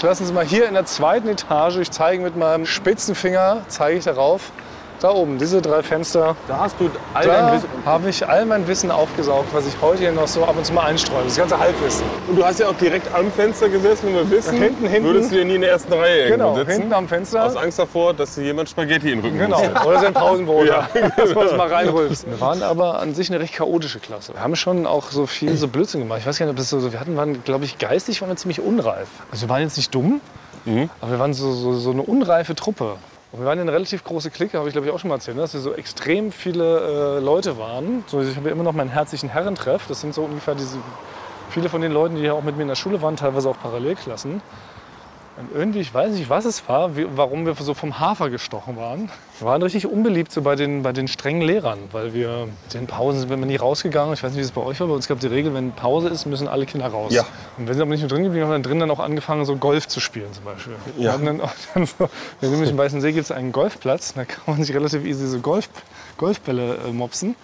Klassenzimmer hier in der zweiten Etage. Ich zeige mit meinem spitzen Finger, zeige ich darauf. Da oben, diese drei Fenster. da hast du all dein Da Wissen. habe ich all mein Wissen aufgesaugt, was ich heute hier noch so ab und zu mal einstreue. Das ganze Halbwissen. Und du hast ja auch direkt am Fenster gesessen, wenn wir wissen, Hinten, hinten. würdest du ja nie in der ersten Reihe Genau, irgendwo sitzen. hinten am Fenster. Aus Angst davor, dass dir jemand Spaghetti in den Rücken Genau, hustet. oder sein Pausenbrot. Ja. Dass man das mal reinrülpst. Wir waren aber an sich eine recht chaotische Klasse. Wir haben schon auch so viel so Blödsinn gemacht. Ich weiß gar nicht, ob das so, wir hatten, waren, glaube ich, geistig waren wir ziemlich unreif. Also wir waren jetzt nicht dumm, aber wir waren so, so, so eine unreife Truppe. Und wir waren eine relativ große Clique, habe ich glaube ich auch schon mal erzählt, ne, dass wir so extrem viele äh, Leute waren. So, ich habe ja immer noch meinen herzlichen Herrentreff. Das sind so ungefähr diese, viele von den Leuten, die ja auch mit mir in der Schule waren, teilweise auch Parallelklassen. Und irgendwie, ich weiß nicht, was es war, wie, warum wir so vom Hafer gestochen waren. Wir waren richtig unbeliebt so bei den, bei den strengen Lehrern, weil wir in den Pausen sind wir immer nie rausgegangen. Ich weiß nicht, wie es bei euch war, bei uns gab die Regel, wenn Pause ist, müssen alle Kinder raus. Ja. Und wenn sie aber nicht mehr drin geblieben haben, haben wir dann drin dann auch angefangen, so Golf zu spielen zum Beispiel. Wir Ja. hatten dann auch dann so, wir sind nämlich im Weißen See gibt es einen Golfplatz, da kann man sich relativ easy so Golf, Golfbälle äh, mopsen.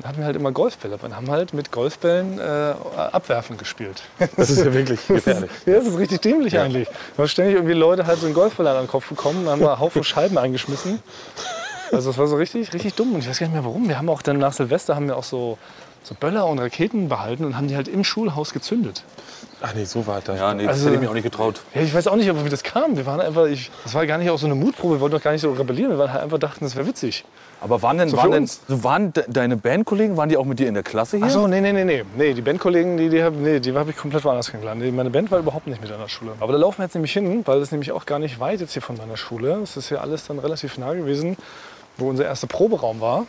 Dann hatten wir halt immer Golfbälle und haben halt mit Golfbällen äh, abwerfen gespielt. Das ist ja wirklich gefährlich. Ja, das ist richtig dämlich eigentlich. Da haben ständig irgendwie Leute halt so einen Golfball an den Kopf bekommen und haben da Haufen Scheiben eingeschmissen. Also das war so richtig, richtig dumm. Und ich weiß gar nicht mehr warum. Wir haben auch dann nach Silvester haben wir auch so, so Böller und Raketen behalten und haben die halt im Schulhaus gezündet. Ach nee, so weit da. Ja, nee, das Also- hätte ich mir auch nicht getraut. Ja, ich weiß auch nicht, ob wir das kam. Wir waren einfach, ich, das war gar nicht auch so eine Mutprobe. Wir wollten doch gar nicht so rebellieren. Wir waren halt einfach dachten, das wäre witzig. Aber waren denn, So waren für denn uns. so waren de deine Bandkollegen, waren die auch mit dir in der Klasse hier? Ach so, nee, nee, nee, nee. Nee, die Bandkollegen, die, die habe nee, die hab ich komplett woanders kennengelernt. Nee, Meine Band war überhaupt nicht mit an der Schule. Aber da laufen wir jetzt nämlich hin, weil das nämlich auch gar nicht weit jetzt hier von meiner Schule. Es ist hier alles dann relativ nah gewesen, wo unser erster Proberaum war.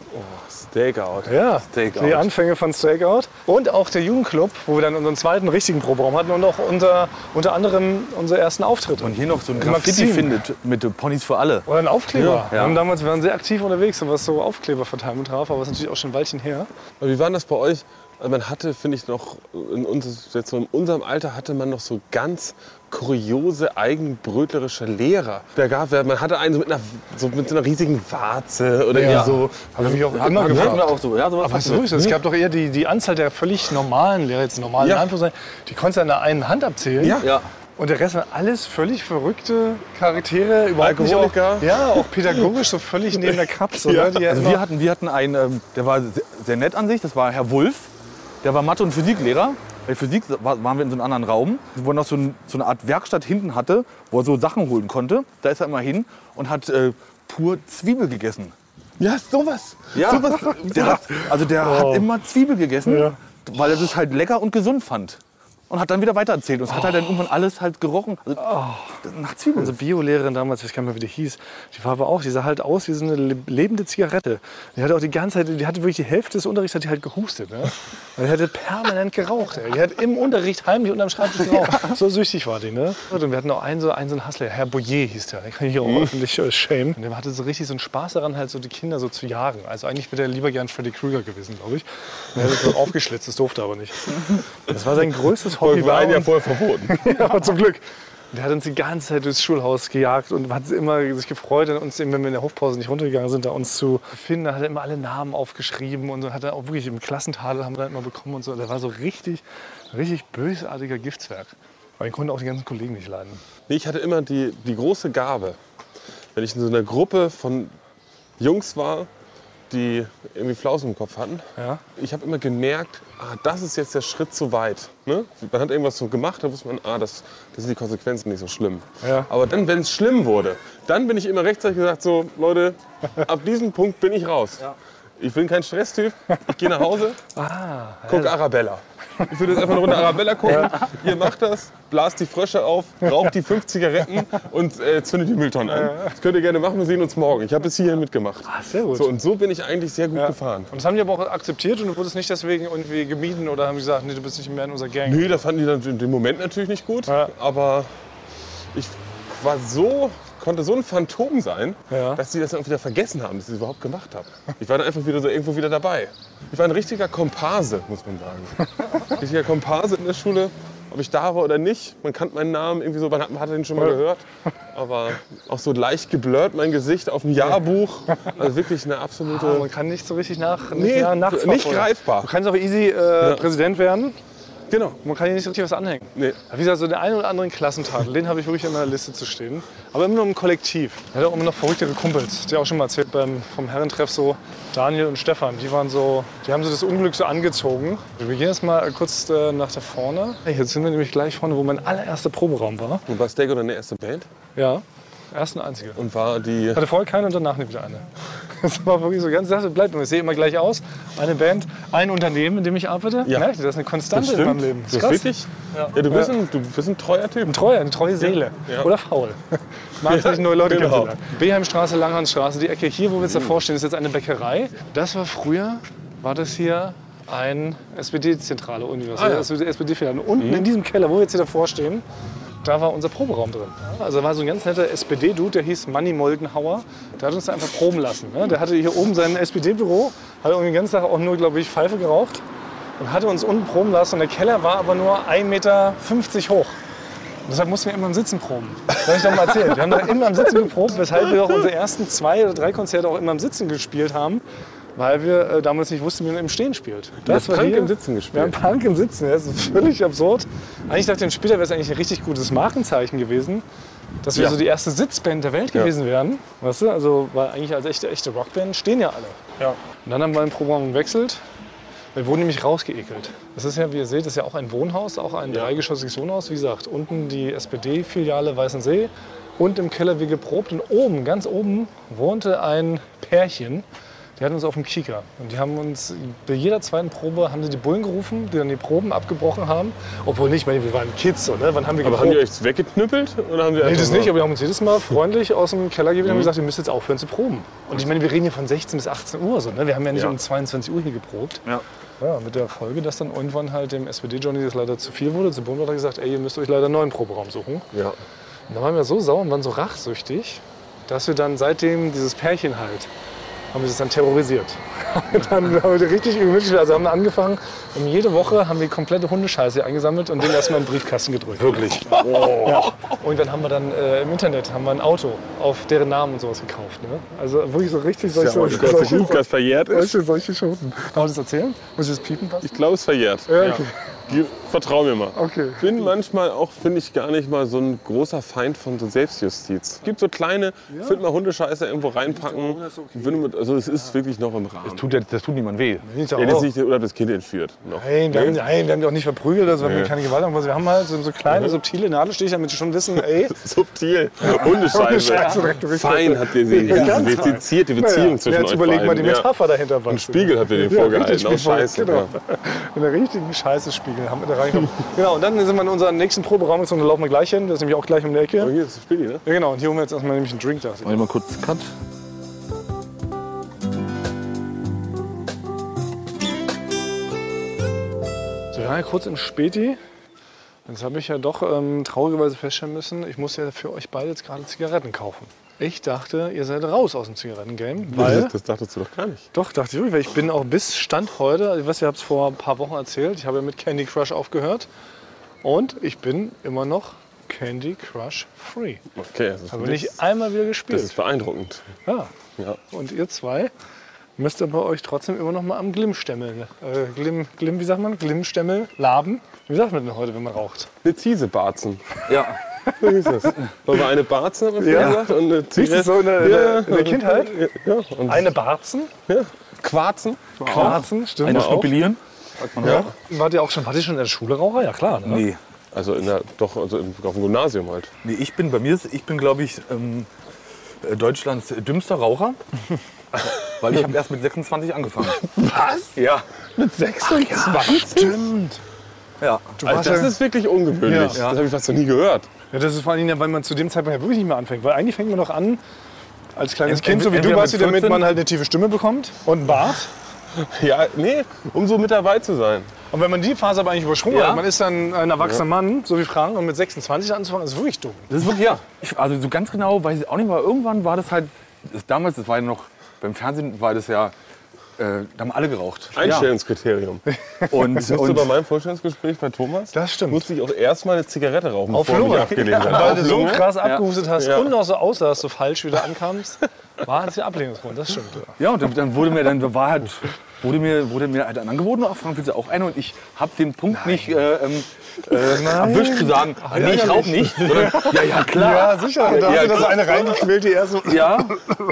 Stakeout. Ja, Stakeout. die Anfänge von Stakeout. Und auch der Jugendclub, wo wir dann unseren zweiten richtigen Proberaum hatten und auch unser, unter anderem unsere ersten Auftritte. Und hier noch so ein Im Graffiti Magazin. findet mit äh, Ponys für alle. Oder ein Aufkleber. Ja. Wir haben damals, wir waren sehr aktiv unterwegs, so was so Aufkleber verteilen und drauf, aber es ist natürlich auch schon ein Weilchen her. Aber wie war das bei euch? Also man hatte, finde ich, noch in, uns, jetzt so in unserem Alter hatte man noch so ganz kuriose, eigenbrötlerische Lehrer. Da gab, man hatte einen so mit einer, so mit so einer riesigen Warze oder irgendwie so. Habe Also, ich mich auch Ja, immer hatten gefragt. wir auch so. Ja, sowas Aber hatten es ist wir. wirklich so, es gab doch eher die, die Anzahl der völlig normalen Lehrer, jetzt normalen Ja. ja. Anführungszeichen, die konntest du an der einen Hand abzählen. Ja. Ja. Und der Rest waren alles völlig verrückte Charaktere, überhaupt nicht auch, Alkoholiker. Ja, auch pädagogisch so völlig neben der Kapsel. Ja. Die Also immer- wir hatten, wir hatten einen, ähm, der war se- sehr nett an sich, das war Herr Wulff. Der war Mathe- und Physiklehrer. Bei Physik war, waren wir in so einem anderen Raum, wo er noch so, ein, so eine Art Werkstatt hinten hatte, wo er so Sachen holen konnte. Da ist er immer hin und hat äh, pur Zwiebel gegessen. Ja, sowas. Sowas- der hat, also der hat immer Zwiebel gegessen, Ja. weil er das halt lecker und gesund fand. Und hat dann wieder weitererzählt. Und es hat halt dann irgendwann alles halt gerochen. Also, Nach Zwiebeln. Unsere Biolehrerin damals, ich weiß gar nicht mehr, wie die hieß, die war aber auch, die sah halt aus wie so eine le- lebende Zigarette. Die hatte auch die ganze Zeit, die hatte wirklich die Hälfte des Unterrichts, hat die halt gehustet. Ne? Und die hatte permanent geraucht. Ey. Die hat im Unterricht heimlich unterm Schreibtisch geraucht. So süchtig war die. Ne? Und wir hatten auch einen so einen, so einen Hustler, Herr Boyer hieß der. Den kann ich hier auch öffentlich äh, schämen. Und der hatte so richtig so einen Spaß daran, halt so die Kinder so zu jagen. Also eigentlich wäre der lieber gern Freddy Krüger gewesen, glaube ich. Und er hat das so aufgeschlitzt, das durfte er aber nicht. Das war sein größtes Hobby. Wir waren war- ja vorher verboten. ja, aber zum Glück. Der hat uns die ganze Zeit durchs Schulhaus gejagt und hat immer sich gefreut, an uns, wenn wir in der Hofpause nicht runtergegangen sind, da uns zu finden. Da hat er immer alle Namen aufgeschrieben und so hat er auch wirklich im Klassentadel haben wir dann immer bekommen und so. Der war so richtig, richtig bösartiger Giftswerk. Weil ich konnte auch die ganzen Kollegen nicht leiden. Nee, ich hatte immer die, die große Gabe, wenn ich in so einer Gruppe von Jungs war, die irgendwie Flausen im Kopf hatten. Ja. Ich habe immer gemerkt, ah, das ist jetzt der Schritt zu weit. Ne? Man hat irgendwas so gemacht, da wusste man, ah, das, das sind die Konsequenzen nicht so schlimm. Ja. Aber dann, wenn es schlimm wurde, dann bin ich immer rechtzeitig gesagt, so Leute, ab diesem Punkt bin ich raus. Ich bin kein Stresstyp, ich gehe nach Hause, Ah, also. guck Arabella. Ich würde jetzt einfach eine Runde Arabella gucken. Ihr macht das, blast die Frösche auf, raucht die fünf Zigaretten und äh, zündet die Mülltonnen an. Das könnt ihr gerne machen, wir sehen uns morgen. Ich habe bis hierhin mitgemacht. sehr gut. So, und so bin ich eigentlich sehr gut gefahren. Und das haben die aber auch akzeptiert und du wurdest nicht deswegen irgendwie gemieden oder haben gesagt, nee, du bist nicht mehr in unserer Gang. Nee, das fanden die dann in dem Moment natürlich nicht gut. Ja. Aber ich war so, konnte so ein Phantom sein, Ja. dass sie das dann wieder vergessen haben, dass ich das überhaupt gemacht habe. Ich war dann einfach wieder so irgendwo wieder dabei. Ich war ein richtiger Komparse, muss man sagen. richtiger Komparse in der Schule. Ob ich da war oder nicht, man kannte meinen Namen irgendwie so, man hat, man hat den schon mal gehört. Aber auch so leicht geblurrt mein Gesicht auf dem Jahrbuch. Also wirklich eine absolute. Man kann nicht so richtig nach, nicht, Nee, nach- nicht nachverfolgen. greifbar. Du kannst aber easy äh, Präsident werden. Genau. Man kann hier nicht richtig was anhängen. Nee. Wie gesagt, so den einen oder anderen Klassentadel, den habe ich wirklich in meiner Liste zu stehen. Aber immer nur im Kollektiv. Ich hatte auch immer noch verrücktere Kumpels. Die auch schon mal erzählt beim, vom Herrentreff so Daniel und Stefan. Die waren so, die haben so das Unglück so angezogen. Wir gehen jetzt mal kurz äh, nach da vorne. Jetzt sind wir nämlich gleich vorne, wo mein allererster Proberaum war. Und war Stego deine erste Band Ja. Erst eine einzige. und war die. Hatte vorher keine und danach nie wieder eine. Das war wirklich so ganz, das bleibt immer. Ich sehe immer gleich aus. Eine Band, ein Unternehmen, in dem ich arbeite. Ja. Merkt ihr, das ist eine Konstante in Stimmt. meinem Leben. Das ist wirklich. Ja. du, bist ein, du bist ein treuer Typ. Ein treuer, eine treue Seele. Ja. Oder faul. Mag ja, neue Leute genau. kennenlernen. Beheimstraße, Langhansstraße, die Ecke hier, wo wir jetzt davor stehen, ist jetzt eine Bäckerei. Das war früher, war das hier ein SPD-zentrale Universum, SPD-Filiale. Unten in diesem Keller, wo wir jetzt hier davor stehen, da war unser Proberaum drin. Also da war so ein ganz netter SPD-Dude, der hieß Manny Moldenhauer. Der hat uns da einfach proben lassen. Ne? Der hatte hier oben sein SPD-Büro, hat irgendwie den ganzen Tag auch nur, glaube ich, Pfeife geraucht und hatte uns unten proben lassen. Und der Keller war aber nur 1,50 Meter hoch. Und Deshalb mussten wir immer im Sitzen proben. Das habe ich doch mal erzählt. Wir haben da immer im Sitzen geprobt, weshalb wir auch unsere ersten zwei oder drei Konzerte auch immer im Sitzen gespielt haben. weil wir äh, damals nicht wussten, wie man im Stehen spielt. haben Punk im Sitzen gespielt. Wir haben Punk im Sitzen, das ist völlig absurd. Eigentlich dachte ich, später wäre es eigentlich ein richtig gutes Markenzeichen gewesen, dass wir Ja. so die erste Sitzband der Welt gewesen wären. Weißt du, also weil eigentlich als echte, echte Rockband stehen ja alle. Ja. Und dann haben wir ein Programm gewechselt. Wir wurden nämlich rausgeekelt. Das ist ja, wie ihr seht, das ist ja auch ein Wohnhaus, auch ein dreigeschossiges Wohnhaus. Wie gesagt, unten die SPD-Filiale Weißensee und im Keller wie geprobt. Und oben, ganz oben, wohnte ein Pärchen. Die hatten uns auf dem Kieker. Und die haben uns bei jeder zweiten Probe haben sie die Bullen gerufen, die dann die Proben abgebrochen haben. Obwohl nicht, ich meine, wir waren Kids, so, ne? Wann haben wir Aber geprobt? haben die euch das weggeknüppelt? Oder haben die Nee, einfach das nur- nicht, aber wir haben uns jedes Mal freundlich aus dem Keller gegeben und haben gesagt, ihr müsst jetzt aufhören zu proben. Und ich meine, wir reden hier von 16 bis 18 Uhr, so, ne? wir haben ja nicht Ja. um 22 Uhr hier geprobt. Ja. Ja, mit der Folge, dass dann irgendwann halt dem SPD-Johnny das leider zu viel wurde. Zu Bund hat er gesagt, ey, ihr müsst euch leider einen neuen Proberaum suchen. Ja. Und dann waren wir so sauer und waren so rachsüchtig, dass wir dann seitdem dieses Pärchen halt, haben wir das dann terrorisiert. dann haben wir richtig übel, also haben wir angefangen und jede Woche haben wir komplette Hundescheiße eingesammelt und den erstmal in den Briefkasten gedrückt. Wirklich? Ja. Und dann haben wir dann äh, im Internet haben wir ein Auto auf deren Namen und sowas gekauft. Ne? Also wirklich so richtig solche, Ja, aber ich glaube, solche, gut, dass verjährt ist. solche, solche Schoten. Kann man das erzählen? Muss ich das piepen lassen? Ich glaube, es verjährt. Ja, okay. Ge- Vertrau mir mal. Okay. Bin manchmal auch, finde ich, gar nicht mal so ein großer Feind von so Selbstjustiz. Es gibt so kleine, ich würde mal Hundescheiße irgendwo reinpacken. Würde mit, also es ist wirklich noch im Rahmen. Tut, ja- das tut niemand weh. Ich Ja, das nicht, oder das Kind entführt. Noch. Nein, wir haben, nein, wir haben die auch nicht verprügelt, also wir haben keine Gewalt angewandt. Wir haben halt so, so Mhm. kleine, subtile Nadelstiche, damit die schon wissen, ey, Subtil. Hundescheiße. Hundescheiße, direkt durch. Fein habt ihr sie. Ja, ganz Seziert die Beziehung naja, zwischen jetzt euch überlegt beiden. mal die Ja. Metapher dahinter. was. Einen Spiegel habt ihr denen vorgehalten. Aus Scheiße. Genau. Ja. In der richtigen Scheiße-Spiegel haben wir da reingekommen. genau, und dann sind wir in unseren nächsten Proberaum jetzt und da laufen wir gleich hin. Das ist nämlich auch gleich um die Aber Ecke. hier ist das Spiel, ne? Ja, genau, und hier holen wir jetzt erstmal nämlich einen Drink da. Wollen wir mal kurz Cut? So, wir waren ja kurz im Späti. Jetzt habe ich ja doch ähm, traurigerweise feststellen müssen, ich muss ja für euch beide jetzt gerade Zigaretten kaufen. Ich dachte, ihr seid raus aus dem Zigarettengame, weil Das, das dachtest du doch gar nicht. Doch, dachte ich wirklich, weil ich bin auch bis Stand heute, ich weiß, ihr habt es vor ein paar Wochen erzählt, ich habe mit Candy Crush aufgehört und ich bin immer noch Candy Crush Free. Okay, das ist, Habe wirklich- nicht einmal wieder das gespielt. ist beeindruckend. Ja. Ja. Und ihr zwei müsst aber euch trotzdem immer noch mal am Glimmstemmel, äh, Glimm, Glimm, wie sagt man, Glimmstemmel laben. Wie sagt man denn heute, wenn man raucht? Eine Ziese barzen. Ja. So ist es. Wollen wir eine barzen, hat man vorher Ja. gesagt? Und eine Siehst Zigarette- du so in der- in der- in der Kindheit? Ja. Und Eine Barzen, Quarzen? Quarzen, stimmt Eine das auch. schnuppelieren? Ja. Wart ihr auch schon, wart ihr schon in der Schule Raucher? Ja klar, ne? Nee. Also, in der, doch, also im, auf dem Gymnasium halt. nee. Ich bin, bei mir ist, ich bin, glaube ich, ähm, äh, Deutschlands dümmster Raucher. weil ich habe erst mit 26 angefangen. Was? Ja. Mit 26? Stimmt. Ja. also, das ist wirklich ungewöhnlich. Ja. Das habe ich fast noch nie gehört. Ja, das ist vor allem, weil man zu dem Zeitpunkt ja wirklich nicht mehr anfängt. Weil eigentlich fängt man noch an, als kleines Ent- Kind, so wie du, entweder weißt du, mit damit 14. man halt eine tiefe Stimme bekommt und einen Bart. Ja, nee, um so mit dabei zu sein. Und wenn man die Phase aber eigentlich übersprungen Ja. hat, man ist dann ein erwachsener Mann, so wie Frank, und mit 26 anzufangen, ist wirklich dumm. Das ist wirklich, ja. Ich, also so ganz genau weiß ich auch nicht, weil irgendwann war das halt, das, damals, das war ja noch, beim Fernsehen war das ja, äh, da haben alle geraucht. Einstellungskriterium. Ja. Und, Siehst du, bei und meinem Vorstellungsgespräch bei Thomas Das stimmt. musste ich auch erstmal eine Zigarette rauchen, bevor ich mich abgelehnt habe. Weil du Auf so Lunge. krass abgehustet hast Ja. und auch so aussahst, so falsch wieder ankamst, war das ja Ablehnungsgrund. Das stimmt. Ja. ja, und dann, dann wurde mir dann war halt, wurde mir, wurde mir halt dann angeboten, ach, Frank willst du auch eine und ich habe den Punkt nicht äh, ähm, äh, erwischt zu sagen, nee, ich rauch nicht, sondern, ja, ja, klar. Ja, sicher. Da hast genau. du das eine reingequält, die erste. Ja,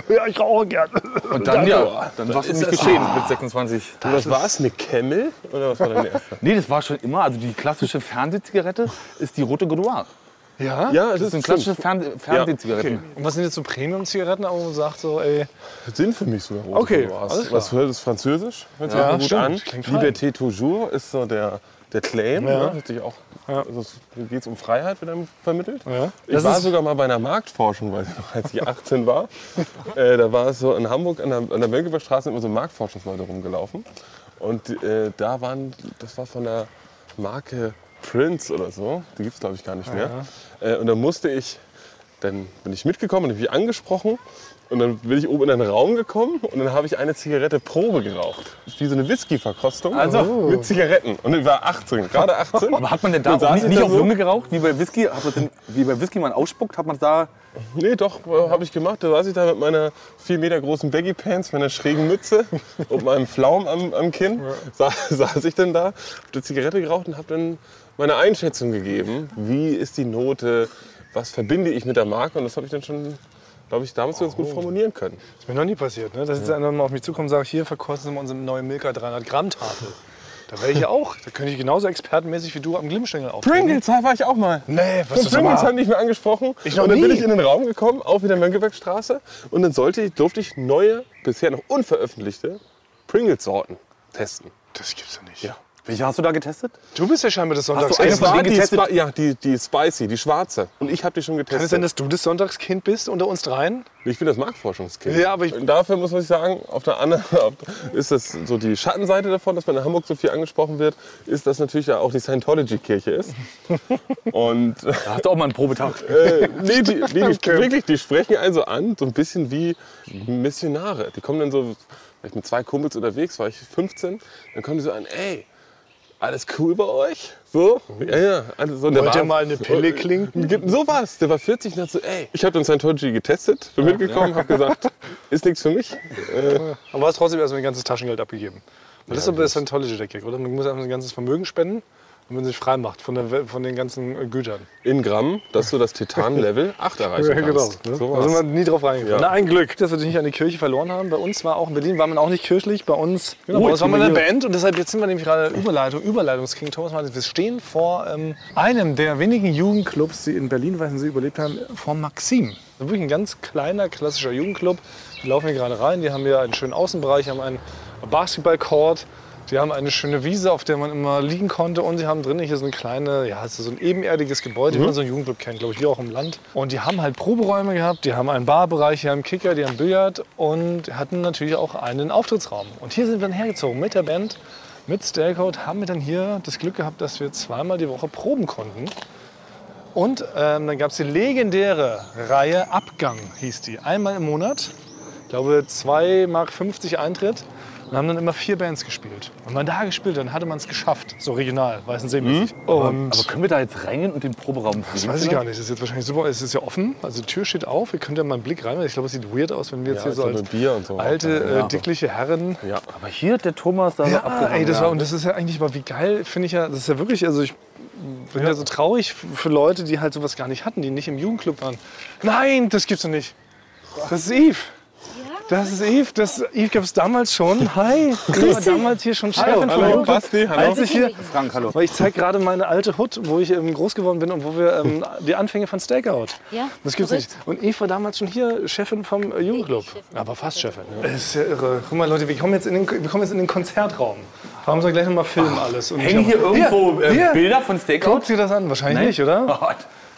Ja, ich rauche gern. und dann, ja, dann warst du nicht geschehen mit 26. Und was war es? Eine Camel? Oder was war dein erster? Nee, das war schon immer, also die klassische Fernsehzigarette ist die rote Goudoir. Ja? Ja, Das sind klassische Fernseh Fernsehzigaretten. Und was sind jetzt so Premium-Zigaretten, aber man sagt so, ey, sind für mich sogar rote Okay, Couleurs. alles klar. Was hört es französisch? Hört sich Ja, auch gut stimmt. an. Klingt fein. Liberté toujours ist so der, der Claim. Ja. Ne? Hört sich auch, also es geht um Freiheit, wird einem vermittelt. Ja. Ich war sogar mal bei einer Marktforschung, weil als ich 18 war, äh, da war es so in Hamburg an der, an der Mönckebergstraße sind immer so Marktforschungsleute rumgelaufen. Und äh, da waren, das war von der Ah, Marke Prince oder so, die gibt es glaube ich gar nicht mehr. Äh, und da musste ich Dann bin ich mitgekommen und habe mich angesprochen. Und dann bin ich oben in einen Raum gekommen und dann habe ich eine Zigarette Probe geraucht. Das ist Wie so eine Whisky-Verkostung also mit Zigaretten. Und ich war 18, gerade 18. Also. Aber hat man denn da Dann auch saß nicht, ich nicht da auf so- Lunge geraucht, wie bei Whisky? Hat man denn, wie bei Whisky man ausspuckt, hat man da... Nee, doch, äh, habe ich gemacht. Da saß ich da mit meiner 4 Meter großen Baggy-Pants, meiner schrägen Mütze und meinem Pflaum am, am Kinn. Sa saß ich dann da, hab eine Zigarette geraucht und habe dann meine Einschätzung gegeben. Wie ist die Note? Was verbinde ich mit der Marke? Und das habe ich dann schon, glaube ich, damals ganz gut Oh. formulieren können. Ist mir noch nie passiert, ne? dass jetzt einer mal auf mich zukommt und sagt, hier verkosten Sie mal unsere neue Milka 300 Gramm Tafel. Da wäre ich ja auch. Da könnte ich genauso expertenmäßig wie du am Glimmstängel auftreten. Pringles, da war ich auch mal. Nee, was Was ist das? Pringles haben halt nicht mehr angesprochen. Ich noch und dann bin nie. ich in den Raum gekommen, auch wieder Mönckebergstraße. Und dann sollte ich, durfte ich neue, bisher noch unveröffentlichte Pringles-Sorten testen. Das gibt's doch nicht. Ja. Welche hast du da getestet? Du bist ja scheinbar das du Sonntagskind. eine Es war von denen die, getestet? Spi- ja, die, die Spicy, die schwarze. Und ich habe die schon Kann es sein, getestet. dass du das Sonntagskind bist unter uns dreien? Ich bin das Marktforschungskind. Ja, aber ich- Und dafür muss ich sagen, auf der anderen auf- ist das so die Schattenseite davon, dass man in Hamburg so viel angesprochen wird, ist, dass natürlich ja auch die Scientology-Kirche ist. Und Da hast du auch mal einen Probetag. äh, nee, die, nee, die, wirklich, die sprechen also an, so ein bisschen wie Missionare. Die kommen dann so, weil ich mit zwei Kumpels unterwegs war, ich 15, dann kommen die so an, ey, alles cool bei euch? So? Ja, ja. Alles so. Und der Wollt ihr war- mal eine Pille klinken? Gibt- So was. Der war 40 und hat so, ey, ich habe dann Scientology getestet, bin mitgekommen, habe gesagt, ist nichts für mich. Aber hast trotzdem erstmal dein ganzes Taschengeld abgegeben. Und das ist aber bei Scientology der Kick, oder? Man muss einfach sein ganzes Vermögen spenden und man sich frei macht von, der, Wel- von den ganzen äh, Gütern. In Gramm, dass du das Titan-Level 8 erreichen Ja, kannst. genau. Ne? So da sind wir was. nie drauf reingefallen. Ja. Na, ein Glück, dass wir dich nicht an die Kirche verloren haben. Bei uns war auch in Berlin, war man auch nicht kirchlich. Bei uns, genau, bei jetzt uns waren sind wir wir eine Band und deshalb jetzt sind wir nämlich gerade Überleitung, Überleitungsking Thomas Martin. Wir stehen vor ähm, einem der wenigen Jugendclubs, die in Berlin Weißensee überlebt haben, vor Maxim. Das ist wirklich ein ganz kleiner, klassischer Jugendclub. Wir laufen hier gerade rein, die haben hier einen schönen Außenbereich, haben einen Basketballcourt. Die haben eine schöne Wiese, auf der man immer liegen konnte. Und sie haben drinnen hier so eine kleine, ja, es ist so ein ebenerdiges Gebäude, wie man so einen Jugendclub kennt, glaube ich, wie auch im Land. Und die haben halt Proberäume gehabt, die haben einen Barbereich, die haben Kicker, die haben Billard und hatten natürlich auch einen Auftrittsraum. Und hier sind wir dann hergezogen mit der Band, mit Stailcoat, haben wir dann hier das Glück gehabt, dass wir zweimal die Woche proben konnten. Und ähm, dann gab es die legendäre Reihe Abgang, hieß die. Einmal im Monat, ich glaube 2,50 Mark Eintritt. Und haben dann immer vier Bands gespielt. Und wenn man da gespielt, hat, dann hatte man es geschafft. So regional, weißen Mhm. Seemäßig. Oh. Und Aber können wir da jetzt reingehen und den Proberaum das weiß ich gar nicht. Das ist jetzt wahrscheinlich super. Es ist ja offen. Also die Tür steht auf. Ihr könnt ja mal einen Blick rein. weil Ich glaube, es sieht weird aus, wenn wir Ja, jetzt hier so ich als glaube, Bier und so. alte, äh, dickliche Herren Ja. Aber hier hat der Thomas da noch ja, abgehangen, Ah, ey, das war, ja. und das ist ja eigentlich mal, wie geil, finde ich ja, das ist ja wirklich, also ich bin ja, so traurig f- für Leute, die halt sowas gar nicht hatten, die nicht im Jugendclub waren. Nein, das gibt's doch nicht. Das ist Eve. Das ist Eve, das Eve gab's damals schon. Hi, ich war damals hier schon Chefin hallo, von Jugendclub. Basti, hallo. Als ich hier, Frank, hallo. weil ich zeige gerade meine alte Hut, wo ich ähm, groß geworden bin und wo wir ähm, die Anfänge von Stakeout. Ja, Das gibt's verrückt. nicht. Und Eve war damals schon hier Chefin vom äh, Jugendclub. Aber fast Chefin. Ja. Das ist ja irre. Guck mal, Leute, wir kommen jetzt in den, wir kommen jetzt in den Konzertraum. Da haben sie gleich nochmal Film alles. Und Hängen hier irgendwo Hier, äh, hier. Bilder von Oh. Steakhouse? Guckt ihr das an? Wahrscheinlich nicht, oder?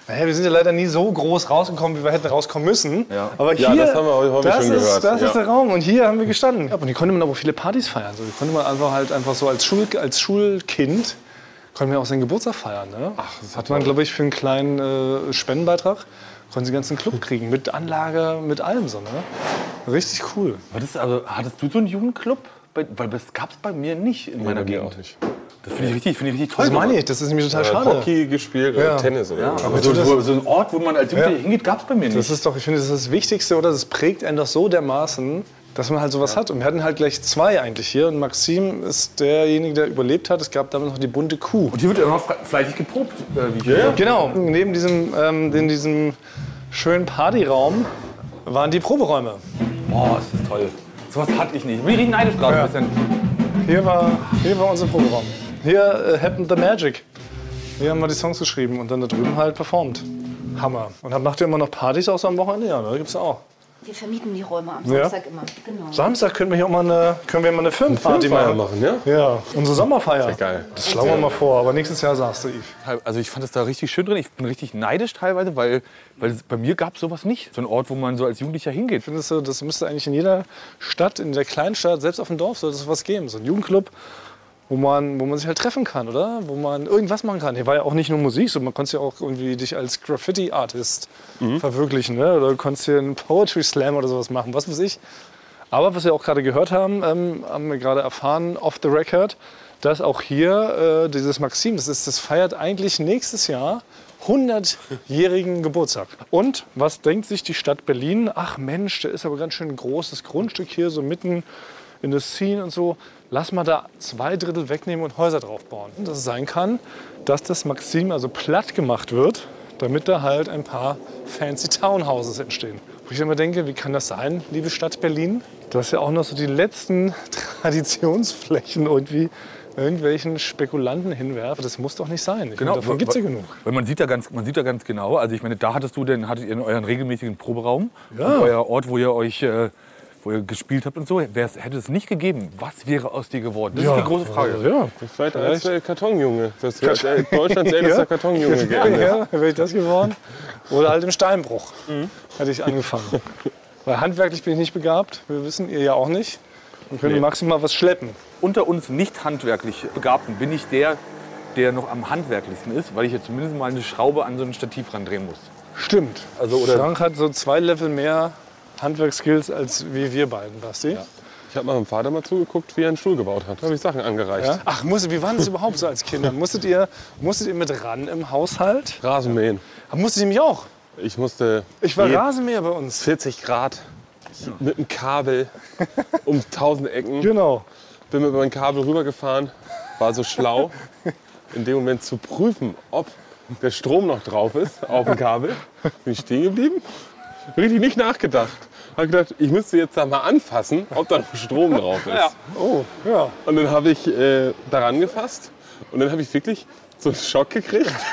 Naja, wir sind ja leider nie so groß rausgekommen, wie wir hätten rauskommen müssen. Aber hier, Ja, das haben wir heu- häufig das schon ist, gehört. Das Ja. ist der Raum und hier haben wir gestanden. Ja, und hier konnte man aber viele Partys feiern. So, hier konnte man einfach halt einfach so als, Schul, als Schulkind konnten wir auch seinen Geburtstag feiern. Ne? Ach, das hat man, glaube ich, für einen kleinen äh, Spendenbeitrag konnten sie den ganzen Club kriegen mit Anlage, mit allem so. Ne? Richtig cool. War das, also, hattest du so einen Jugendclub? Bei, weil das gab es bei mir nicht in meiner Gegend. Also, auch nicht. Das finde ich richtig, finde ich richtig toll. Das meine ich, das ist nämlich total schade. Äh, Hockey gespielt oder Ja. Tennis oder Ja, so. aber so, so, so ein Ort, wo man als Jugendlicher Ja. hingeht, gab es bei mir nicht. Das ist doch, ich finde, das ist das Wichtigste, oder? Das prägt einen doch so dermaßen, dass man halt sowas hat. Und wir hatten halt gleich zwei eigentlich hier. Und Maxim ist derjenige, der überlebt hat. Es gab damals noch die bunte Kuh. und hier wird ja noch fre- fleißig geprobt. Äh, wie hier. Genau, neben diesem, ähm, in diesem schönen Partyraum waren die Proberäume. Boah, ist das toll. Sowas hatte ich nicht. Bin ich richtig neidisch gerade ein bisschen. Hier war, hier war unser Proberaum. Hier äh, happened the magic. Hier haben wir die Songs geschrieben und dann da drüben halt performt. Hammer. Und dann macht ihr immer noch Partys auch so am Wochenende? Ja, ne? Gibt's ja auch. Wir vermieten die Räume am Ja. Samstag immer. Genau. Samstag können wir hier auch mal eine, können wir mal eine Firmenparty Filmfeier machen. machen, ja? Ja, unsere Sommerfeier. ja geil. Das schlagen wir mal vor, aber nächstes Jahr sagst du, Yves. Also ich fand das da richtig schön drin. Ich bin richtig neidisch teilweise, weil, weil es- bei mir gab es sowas nicht. So ein Ort, wo man so als Jugendlicher hingeht. Findest du, das müsste eigentlich in jeder Stadt, in der Kleinstadt, selbst auf dem Dorf, sollte es was geben. So ein Jugendclub, wo man, wo man sich halt treffen kann, oder? Wo man irgendwas machen kann. Hier war ja auch nicht nur Musik, so man konnte ja auch irgendwie dich als Graffiti-Artist Mhm. verwirklichen, ne? Oder du konntest hier einen Poetry Slam oder sowas machen, was weiß ich. Aber was wir auch gerade gehört haben, ähm, haben wir gerade erfahren, off the record, dass auch hier äh, dieses Maxim, das, ist, das feiert eigentlich nächstes Jahr 100-jährigen Geburtstag. Und was denkt sich die Stadt Berlin? Ach Mensch, da ist aber ganz schön ein großes Grundstück hier, so mitten in der Scene und so. Lass mal da zwei Drittel wegnehmen und Häuser draufbauen. Und Dass es sein kann, dass das Maxim also platt gemacht wird, damit da halt ein paar fancy Townhouses entstehen. Wo ich immer denke, wie kann das sein, liebe Stadt Berlin? Dass ja auch noch so die letzten Traditionsflächen irgendwie irgendwelchen Spekulanten hinwerfen. Das muss doch nicht sein. Ich meine, davon gibt es ja genug. Genau, Weil man sieht ja ganz, man sieht ja ganz genau. Also ich meine, da hattest du denn, hattet ihr euren regelmäßigen Proberaum, und euer Ort, wo ihr euch, äh, wo ihr gespielt habt und so. Wär's, hätte es nicht gegeben, was wäre aus dir geworden? Das ist die große Frage. Ja, Vielleicht als äh, Kartonjunge. Das ist äh, Deutschlands ältester Kartonjunge geändert. ja wäre ich das geworden. Oder halt im Steinbruch hätte ich angefangen. Weil handwerklich bin ich nicht begabt. Wir wissen, ihr ja auch nicht. Man könnte maximal was schleppen. Unter uns nicht handwerklich Begabten bin ich der, der noch am handwerklichsten ist, weil ich jetzt zumindest mal eine Schraube an so ein Stativ randrehen muss. Stimmt. Also, oder- Frank hat so zwei Level mehr Handwerkskills als wie wir beiden, Basti. Ich habe meinem Vater mal zugeguckt, wie er einen Stuhl gebaut hat. Da habe ich Sachen angereicht. Ja? Ach, muss, wie waren das überhaupt so als Kinder? Musstet ihr, musstet ihr mit ran im Haushalt? Rasenmähen. Musstet ihr mich auch? Ich musste Ich war je- Rasenmäher bei uns. 40 Grad mit einem Kabel um 1000 Ecken. Genau. Bin mit meinem Kabel rübergefahren, war so schlau, in dem Moment zu prüfen, ob der Strom noch drauf ist auf dem Kabel. Bin ich stehen geblieben, richtig nicht nachgedacht. Hab gedacht, ich müsste jetzt da mal anfassen, ob da noch Strom drauf ist. Oh, ja. Und dann habe ich äh, daran gefasst und dann habe ich wirklich so einen Schock gekriegt.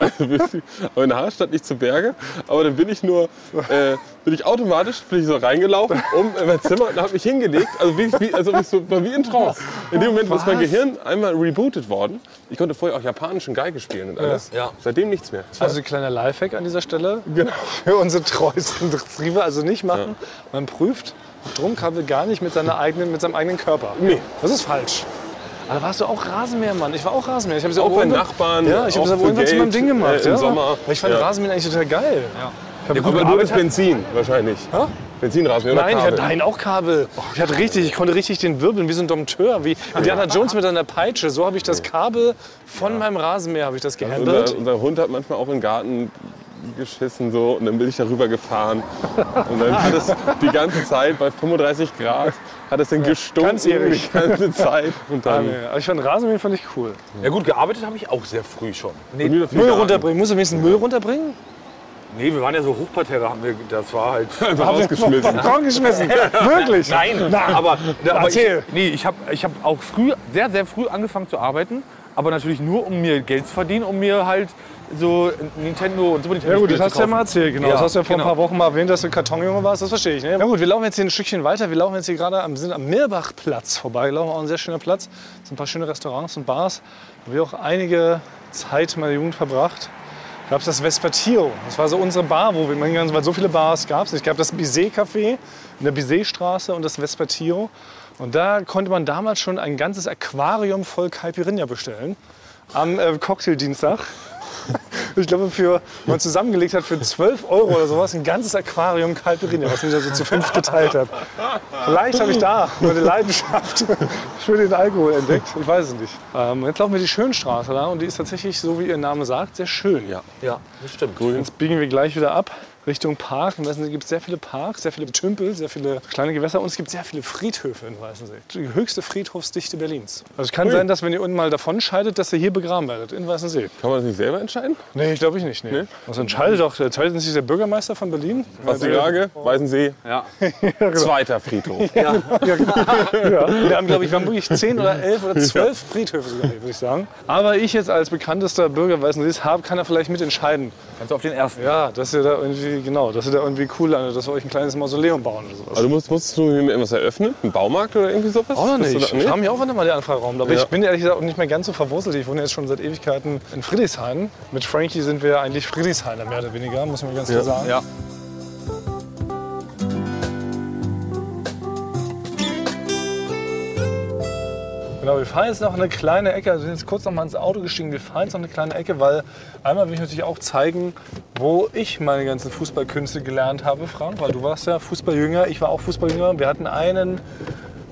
Also wirklich, mein Haar stand nicht zu Berge, aber dann bin ich nur, äh, bin ich automatisch bin ich so reingelaufen, um in mein Zimmer und habe mich hingelegt. Also wirklich, wie, also ich so, war wie in Trance. In dem Moment ist mein Gehirn einmal rebootet worden. Ich konnte vorher auch japanischen Geige spielen und alles. Ja. Seitdem nichts mehr. Also kleiner Lifehack an dieser Stelle. Genau. Für unsere treuesten Triebe also nicht machen. Man prüft Stromkabel gar nicht mit, seiner eigenen, mit seinem eigenen Körper. Nee. Das ist falsch. Aber warst du auch Rasenmäher, Mann? Ich war auch Rasenmäher. Ich habe es ja Auch bei irgendwann- Nachbarn, Ja, ich habe es auch aber für irgendwann zu meinem Geld, Ding gemacht. äh, im ja. Sommer. Weil ich fand Ja. Rasenmäher eigentlich total geil. Ich hab Aber du bist Benzin wahrscheinlich. Hä? Benzinrasen oder Nein, ich Kabel? hatte nein, auch Kabel. Ich hatte richtig, ich konnte richtig den wirbeln, wie so ein Dompteur, wie Indiana Jones mit einer Peitsche. So habe ich das Kabel von meinem Rasenmäher habe ich das gehandelt. Unser, unser Hund hat manchmal auch im Garten geschissen so und dann bin ich darüber gefahren und dann hat es die ganze Zeit bei 35 Grad hat es dann gestunken ganzjährig. die ganze Zeit und Ah, dann nee. Aber ich fand Rasenmäher fand ich cool. Ja gut, gearbeitet habe ich auch sehr früh schon. Nee, wieder viel Müll Garten. runterbringen. Musst du wenigstens Müll runterbringen? nee wir waren ja so Hochparterre, haben wir, das war halt... einfach rausgeschmissen. Korn geschmissen. Wirklich? Nein, aber, aber ich, erzähl. nee, ich habe ich hab auch früh, sehr, sehr früh angefangen zu arbeiten. Aber natürlich nur, um mir Geld zu verdienen, um mir halt so Nintendo und Super Nintendo Ja gut, Spiele das hast zu du ja kaufen. mal erzählt, genau. Ja, das hast du ja vor genau. ein paar Wochen mal erwähnt, dass du Kartonjunge warst, das verstehe ich. Ne? Ja gut, wir laufen jetzt hier ein Stückchen weiter. Wir laufen jetzt hier gerade am, sind am Mirbachplatz vorbei. Wir laufen auch ein sehr schöner Platz. Es sind ein paar schöne Restaurants und Bars. Da habe ich auch einige Zeit meiner Jugend verbracht. Da gab es das Vespertio. Das war so unsere Bar, wo wir immer hingegangen sind, weil so viele Bars gab es nicht. Es gab das Bizet-Café in der Bizet-Straße und das Vespertio. Und da konnte man damals schon ein ganzes Aquarium voll Caipirinha bestellen. Am äh, Cocktaildienstag. Ich glaube, für, wenn man zusammengelegt hat, für 12 Euro oder sowas, ein ganzes Aquarium Kalperine, was ich da so zu fünf geteilt habe. Vielleicht habe ich da meine Leidenschaft für den Alkohol entdeckt. Ich weiß es nicht. Ähm, jetzt laufen wir die Schönstraße da und die ist tatsächlich, so wie ihr Name sagt, sehr schön. Ja. Ja, das stimmt. Jetzt biegen wir gleich wieder ab Richtung Park. In Weißensee gibt es sehr viele Parks, sehr viele Tümpel, sehr viele kleine Gewässer und es gibt sehr viele Friedhöfe in Weißensee. Die höchste Friedhofsdichte Berlins. Also es kann sein, dass wenn ihr unten mal davon scheidet, dass ihr hier begraben werdet, in Weißensee. Kann man das nicht selber entscheiden? Nee, glaube ich nicht. Nee. Was entscheidet doch? Entscheidet sich der Bürgermeister von Berlin? Was die Lage? Weißensee, Ja. zweiter Friedhof. Ja. Wir haben, glaube ich, wir haben wirklich 10 oder 11 oder 12 Friedhöfe sogar, hier, würde ich sagen. Aber ich jetzt als bekanntester Bürger Weißensees habe, kann er vielleicht mitentscheiden. Kannst du Also auf den ersten. Ja, dass ihr da irgendwie, genau, dass ihr da irgendwie cool landet, dass wir euch ein kleines Mausoleum bauen oder sowas. Also du musst, musstest du mir irgendwas eröffnen? Ein Baumarkt oder irgendwie sowas? Auch noch Bist du nicht. da- nee? Ich kam ja auch immer mal der Anfrageraum. Aber Ja. ich bin ehrlich gesagt auch nicht mehr ganz so verwurzelt. Ich wohne jetzt schon seit Ewigkeiten in Friedrichshain. Mit Frankie sind wir ja eigentlich Friedrichshainer, mehr oder weniger, muss man ganz klar sagen. Ja. Und Genau, wir fahren jetzt noch eine kleine Ecke, also wir sind jetzt kurz noch mal ins Auto gestiegen, wir fahren jetzt noch eine kleine Ecke, weil einmal will ich natürlich auch zeigen, wo ich meine ganzen Fußballkünste gelernt habe, Frank, weil du warst ja Fußballjünger, ich war auch Fußballjünger. Wir hatten einen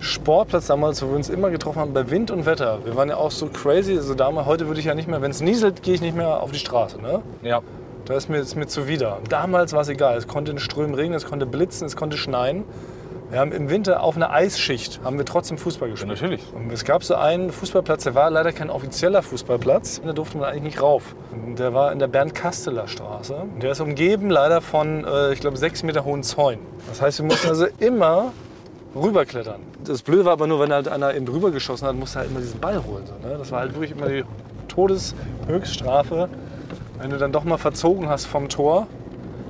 Sportplatz damals, wo wir uns immer getroffen haben, bei Wind und Wetter. Wir waren ja auch so crazy, also damals, heute würde ich ja nicht mehr, wenn es nieselt, gehe ich nicht mehr auf die Straße, ne? Ja. Da ist mir, ist mir zuwider. Damals war es egal. Es konnte in Strömen regnen, es konnte blitzen, es konnte schneien. Wir haben im Winter auf einer Eisschicht haben wir trotzdem Fußball gespielt. natürlich. Und es gab so einen Fußballplatz, der war leider kein offizieller Fußballplatz. Da durfte man eigentlich nicht rauf. Und Der war in der Bernd-Kasteler Straße. Und Der ist umgeben leider von, äh, ich glaube, sechs Meter hohen Zäunen. Das heißt, wir mussten also immer rüberklettern. Das Blöde war aber nur, wenn halt einer eben drüber geschossen hat, musste halt immer diesen Ball holen. So, ne? Das war halt wirklich immer die Todeshöchststrafe, wenn du dann doch mal verzogen hast vom Tor.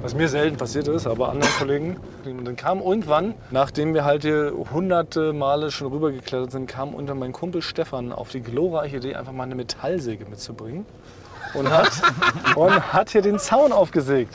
Was mir selten passiert ist, aber anderen Kollegen. Und dann kam irgendwann, nachdem wir halt hier hunderte Male schon rübergeklettert sind, kam unter mein Kumpel Stefan auf die glorreiche Idee, einfach mal eine Metallsäge mitzubringen. Und hat, und hat hier den Zaun aufgesägt.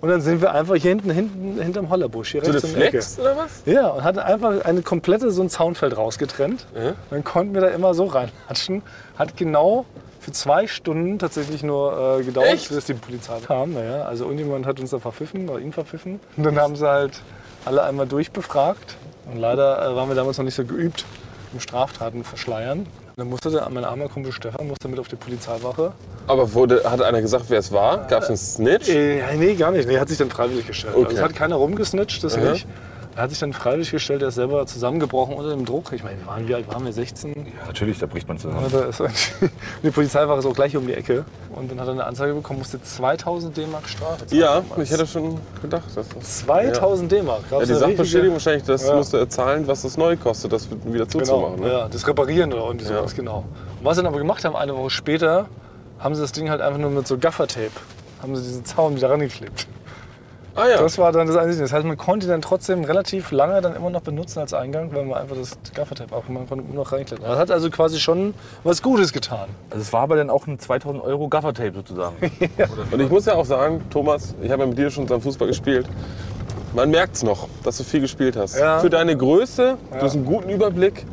Und dann sind wir einfach hier hinten, hinten hinterm Hollerbusch, hier So eine rechts um die Ecke. Flex oder was? Ja, und hat einfach eine komplette so ein Zaunfeld rausgetrennt. Dann konnten wir da immer so reinlatschen. Hat genau für zwei Stunden tatsächlich nur äh, gedauert, bis die Polizei kam. Naja, also irgendjemand hat uns da verpfiffen oder ihn verpfiffen. Und dann haben sie halt alle einmal durchbefragt. Und leider äh, waren wir damals noch nicht so geübt im Straftaten verschleiern. Und Dann musste der, mein armer Kumpel Stefan musste mit auf die Polizeiwache. Aber wurde, hat einer gesagt, wer es war? Gab es einen Snitch? Äh, nee, gar nicht. Nee, hat sich dann freiwillig gestellt. Okay. Also es hat keiner rumgesnitcht, das nicht. Er hat sich dann freiwillig gestellt, er ist selber zusammengebrochen unter dem Druck. Ich meine, wir waren, wie alt waren wir? 16? Ja, natürlich, da bricht man zusammen. Und da ist- und die Polizei war so gleich um die Ecke. Und dann hat er eine Anzeige bekommen, musste 2000 D-Mark Strafe zahlen. Ja, ich hätte schon gedacht, dass das. 2000 D-Mark. Ja, Gab's die eine Sachbeschädigung richtige- wahrscheinlich, das Ja. musste er zahlen, was das neu kostet, das wieder Genau, zuzumachen. ne? ja, das Reparieren oder irgendwie sowas, genau. Und was sie dann aber gemacht haben, eine Woche später, haben sie das Ding halt einfach nur mit so Gaffertape, haben sie diesen Zaun wieder rangeklebt. Ah ja, Das war dann das Einzige. Das heißt, man konnte ihn dann trotzdem relativ lange dann immer noch benutzen als Eingang, weil man einfach das Gaffertape abgemacht konnte und nur noch reinklettern. Das hat also quasi schon was Gutes getan. Also es war aber dann auch ein 2000 Euro Gaffertape sozusagen. und ich muss ja auch sagen, Thomas, ich habe ja mit dir schon zusammen Fußball gespielt. Man merkt es noch, dass du viel gespielt hast. Ja. Für deine Größe, du hast einen guten Überblick,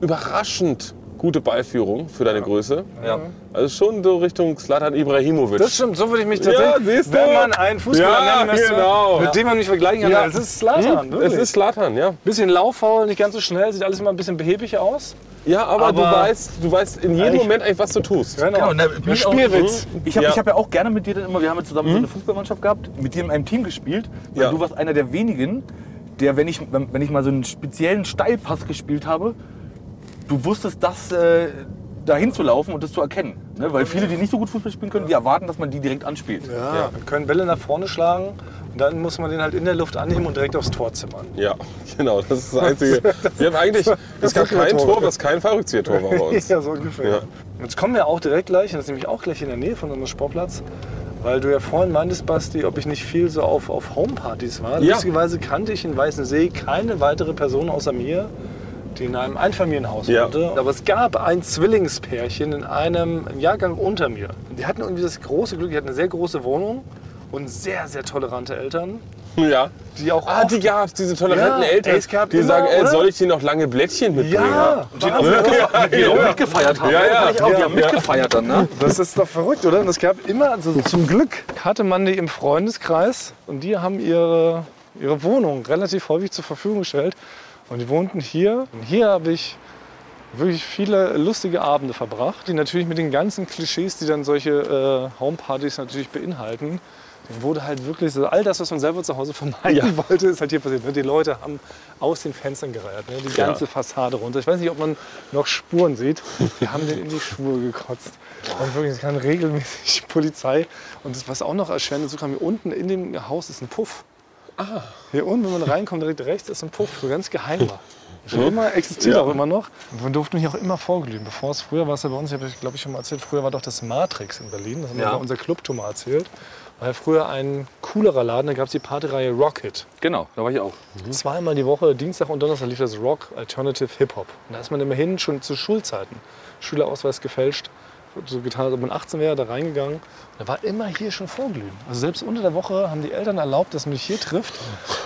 überraschend gute Beiführung für deine Größe. ja. Also schon so Richtung Slatan Ibrahimovic. Das stimmt, so würde ich mich Ja, tatsächlich, siehst du? wenn man einen Fußballer Ja, nennen müsste, genau. mit dem man mich vergleichen kann, Ja. das Hm, ist Slatan. es ist Slatan, ja. bisschen lauffaul, nicht ganz so schnell, sieht alles immer ein bisschen behäbig aus. Ja, aber, du, Aber- weißt, du weißt in jedem Ich- Moment eigentlich, was du tust. Genau, na, Ein mich auch- Spielwitz. Ich habe Ja. ja. Mhm. hab ja auch gerne mit dir dann immer, wir haben ja zusammen so eine Fußballmannschaft gehabt, mit dir in einem Team gespielt, weil Ja. du warst einer der wenigen, der, wenn ich, wenn wenn ich mal so einen speziellen Steilpass gespielt habe, du wusstest, das äh, dahin zu laufen und das zu erkennen. Ne? Weil viele, die nicht so gut Fußball spielen können, die erwarten, dass man die direkt anspielt. Ja, Wir können Bälle nach vorne schlagen und dann muss man den halt in der Luft annehmen und direkt aufs Tor zimmern. Ja, genau, das ist das Einzige. Wir haben eigentlich, es gab wirklich kein Tore. Tor, was kein Fallrückzieher-Tor war bei uns. Ja, so ungefähr. Ja. Und Jetzt kommen wir auch direkt gleich, und das ist nämlich auch gleich in der Nähe von unserem Sportplatz, weil du ja vorhin meintest, Basti, ob ich nicht viel so auf, auf Homepartys war. Ja. Lustigerweise kannte ich in Weißensee keine weitere Person außer mir, die in einem Einfamilienhaus Ja. wohnte. Aber es gab ein Zwillingspärchen in einem Jahrgang unter mir. Und Die hatten irgendwie das große Glück, die hatten eine sehr große Wohnung und sehr, sehr tolerante Eltern, Ja. die auch Ah, oft die gab's, diese toleranten Ja, Eltern, es gab die immer, sagen, ey, oder? soll ich dir noch lange Blättchen mitbringen? Ja, Die auch mitgefeiert haben. Ja, ja. Fand ich auch, die haben mitgefeiert dann. Ne? Das ist doch verrückt, oder? Und es gab immer, also zum Glück hatte man die im Freundeskreis und die haben ihre, ihre Wohnung relativ häufig zur Verfügung gestellt. Und die wohnten hier. Und hier habe ich wirklich viele lustige Abende verbracht, die natürlich mit den ganzen Klischees, die dann solche äh, Homepartys natürlich beinhalten, dann wurde halt wirklich so, all das, was man selber zu Hause vermeiden wollte, ist halt hier passiert. ne? Die Leute haben aus den Fenstern gereiert, ne? die ganze Fassade runter. Ich weiß nicht, ob man noch Spuren sieht. Die haben den in die Schuhe gekotzt. Und wirklich, es kam regelmäßig Polizei. Und das, was auch noch erschwerend dazu kam, hier unten in dem Haus ist ein Puff. Hier unten, wenn man reinkommt, direkt rechts ist ein Puff, so ganz geheimer. Schon immer existiert auch immer noch. Und wir durften mich auch immer vorglühen. Bevor es früher war, es ja bei uns, ich habe glaube ich schon mal erzählt, früher war doch das Matrix in Berlin. Das haben wir bei unser Clubtour mal erzählt. War ja früher ein coolerer Laden, da gab es die Partyreihe Rocket. Genau, da war ich auch. Mhm. Zweimal die Woche, Dienstag und Donnerstag, lief das Rock Alternative Hip Hop. Und da ist man immerhin schon zu Schulzeiten, Schülerausweis gefälscht, so getan, als ob man 18 wäre, da reingegangen. Und da war immer hier schon Vorglühen. Also selbst unter der Woche haben die Eltern erlaubt, dass man mich hier trifft.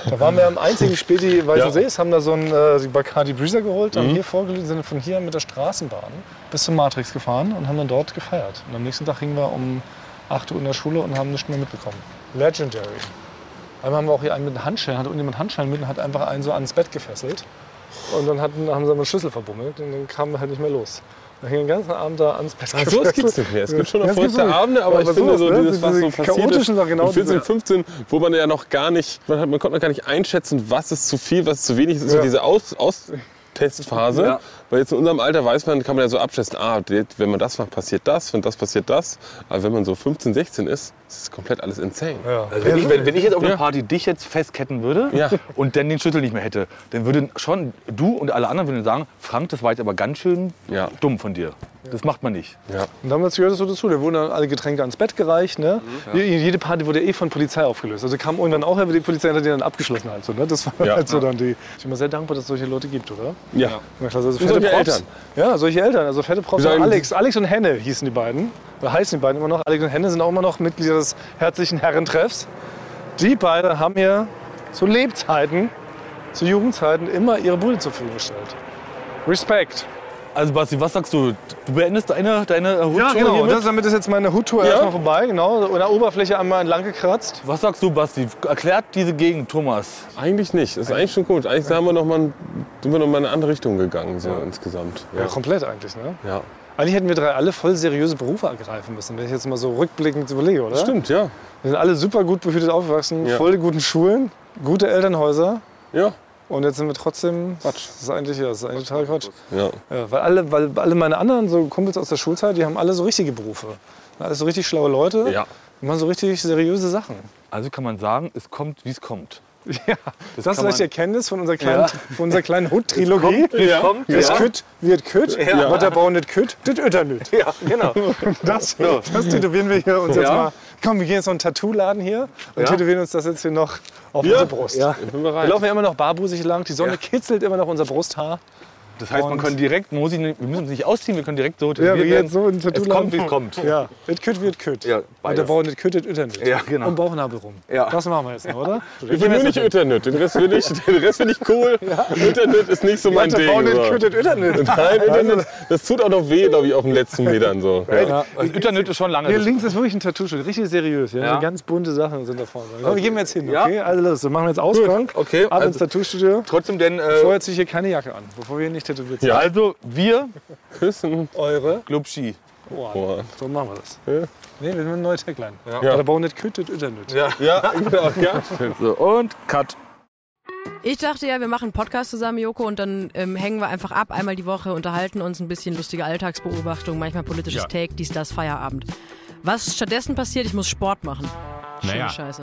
Da waren wir am einzigen Späti Weißensees, haben da so einen äh, Bacardi Breezer geholt, haben hier vorglüht, sind von hier mit der Straßenbahn bis zum Matrix gefahren und haben dann dort gefeiert. Und am nächsten Tag hingen wir um 8 Uhr in der Schule und haben nichts mehr mitbekommen. Legendary. Einmal haben wir auch hier einen mit Handschellen, hatte irgendjemand Handschellen mit und hat einfach einen so ans Bett gefesselt. Und dann hatten, haben sie aber einen Schlüssel verbummelt und dann kamen wir halt nicht mehr los. Dann hing den ganzen Abend da ans Bett. Ach, sowas gibt's nicht mehr. Es gibt schon noch feuchte Abende, aber, ich finde sowas, so ne? dieses, was so Diese passiert ist, chaotischen Sachen, genau mit 14, diese- 15, wo man ja noch gar nicht, man, hat, man konnte noch gar nicht einschätzen, was ist zu viel, was ist zu wenig. Das ist ja. Ja. diese Aus, Aus Testphase, Ja. weil jetzt in unserem Alter weiß man, kann man ja so abschätzen, ah, der- wenn man das macht, passiert das, wenn das passiert das. Aber wenn man so 15, 16 ist, ist es komplett alles insane. Also wenn, ich, wenn, wenn ich jetzt auf einer Party dich jetzt festketten würde Ja. und dann den Schlüssel nicht mehr hätte, dann würden schon du und alle anderen würden sagen, Frank, das war jetzt aber ganz schön Ja. dumm von dir. Das macht man nicht. Und damals gehört es so dazu. Da wurden dann alle Getränke ans Bett gereicht. Ne? Mhm, Je- Jede Party wurde eh von Polizei aufgelöst. Also kam irgendwann auch die Polizei und hat die dann abgeschlossen. Halt so, ne? Das war Ja. halt so dann die. Ich bin mal sehr dankbar, dass es solche Leute gibt, oder? Ja. Na klar, also solche fette Props. Eltern. Ja, solche Eltern. Also fette Props. sagen- an Alex, Alex und Henne hießen die beiden. Oder heißen die beiden immer noch. Alex und Henne sind auch immer noch Mitglieder des Herzlichen Herrentreffs. Die beiden haben hier zu Lebzeiten, zu Jugendzeiten immer ihre Bude zur Verfügung gestellt. Respekt. Also Basti, was sagst du? Du beendest deine, deine Hutschule Ja, genau. hiermit? Das, damit ist jetzt meine Huttour erstmal vorbei, genau. An der Oberfläche einmal entlang gekratzt. Was sagst du, Basti? Erklärt diese Gegend, Thomas. Eigentlich nicht. Das ist eigentlich schon komisch. Eigentlich haben wir noch mal, ein- sind wir noch mal in eine andere Richtung gegangen, so insgesamt. Ja, komplett eigentlich, ne? ja. Eigentlich hätten wir drei alle voll seriöse Berufe ergreifen müssen, wenn ich jetzt mal so rückblickend überlege, oder? Stimmt, ja. Wir sind alle super gut behütet aufgewachsen, Ja. voll die guten Schulen, gute Elternhäuser. Ja. Und jetzt sind wir trotzdem. Quatsch. Das ist eigentlich, ja, das ist eigentlich total Quatsch. ja. Ja, weil, alle, weil alle meine anderen so Kumpels aus der Schulzeit, die haben alle so richtige Berufe. Alles so richtig schlaue Leute. Ja. Die machen so richtig seriöse Sachen. Also kann man sagen, es kommt, wie es kommt. Ja, das, ist kann vielleicht die man- Erkenntnis von unserer kleinen, Ja. von unserer kleinen Hut-Trilogie. ja. kommt, Das Kütt wird Kütt, was der Bau nicht Kütt, das Ötter nicht. Ja, genau. Das, das tätowieren wir hier uns jetzt Ja. mal. Komm, wir gehen jetzt noch einen Tattoo-Laden hier und tätowieren uns das jetzt hier noch auf unsere Brust. Ich bin Wir bereit. laufen ja immer noch barbusig lang, die Sonne kitzelt immer noch unser Brusthaar. Das heißt, man Und- kann direkt, man muss sich, nicht- wir müssen uns nicht ausziehen, wir können direkt so Ja, wir tätowiert gehen jetzt so in den Es Tattoo-Laden. kommt, wie es kommt. Ja, mit Kütt wird Kütt. Ja, und beides. der Bauer nicht Kütt, das Ötter nicht. Ja, genau. Um Bauchnabel rum. Ja. Das machen wir jetzt noch, oder? Ich will nur nicht Internet. Den Rest will ich, den Rest finde ich cool. Internet ist nicht so mein Der Ding. Bauer nicht so. Kütt, das Ötter nicht. Nein, Internet, das tut auch noch weh, glaube ich, auf den letzten Metern so. Ja. Das Internet ist schon lange. Hier das- links ist wirklich ein Tattoo-Studio, richtig seriös. Ja? Ja. So ganz bunte Sachen sind da vorne. Komm, wir gehen jetzt hin, Ja. okay? Also los, dann machen wir jetzt aus, Frank. okay, Ab ins also- Tattoo-Studio. Trotzdem denn, äh, Vorher zieh ich hier keine Jacke an, bevor wir hier nicht tätowiert sind. Ja. also wir, Küssen. Eure Glubschi. Ohren. Ohren. So machen wir das. Ja. Nee, wir sind ein neuer Tagline. Ja. Der Bau nicht kütet, Ötter nicht. Ja, genau. Ja. So, und Cut. Ich dachte ja, wir machen einen Podcast zusammen, Joko, und dann ähm, hängen wir einfach ab, einmal die Woche, unterhalten uns ein bisschen lustige Alltagsbeobachtung, manchmal politisches Take, dies, das, Feierabend. Was stattdessen passiert, ich muss Sport machen. Schöne Naja. Scheiße.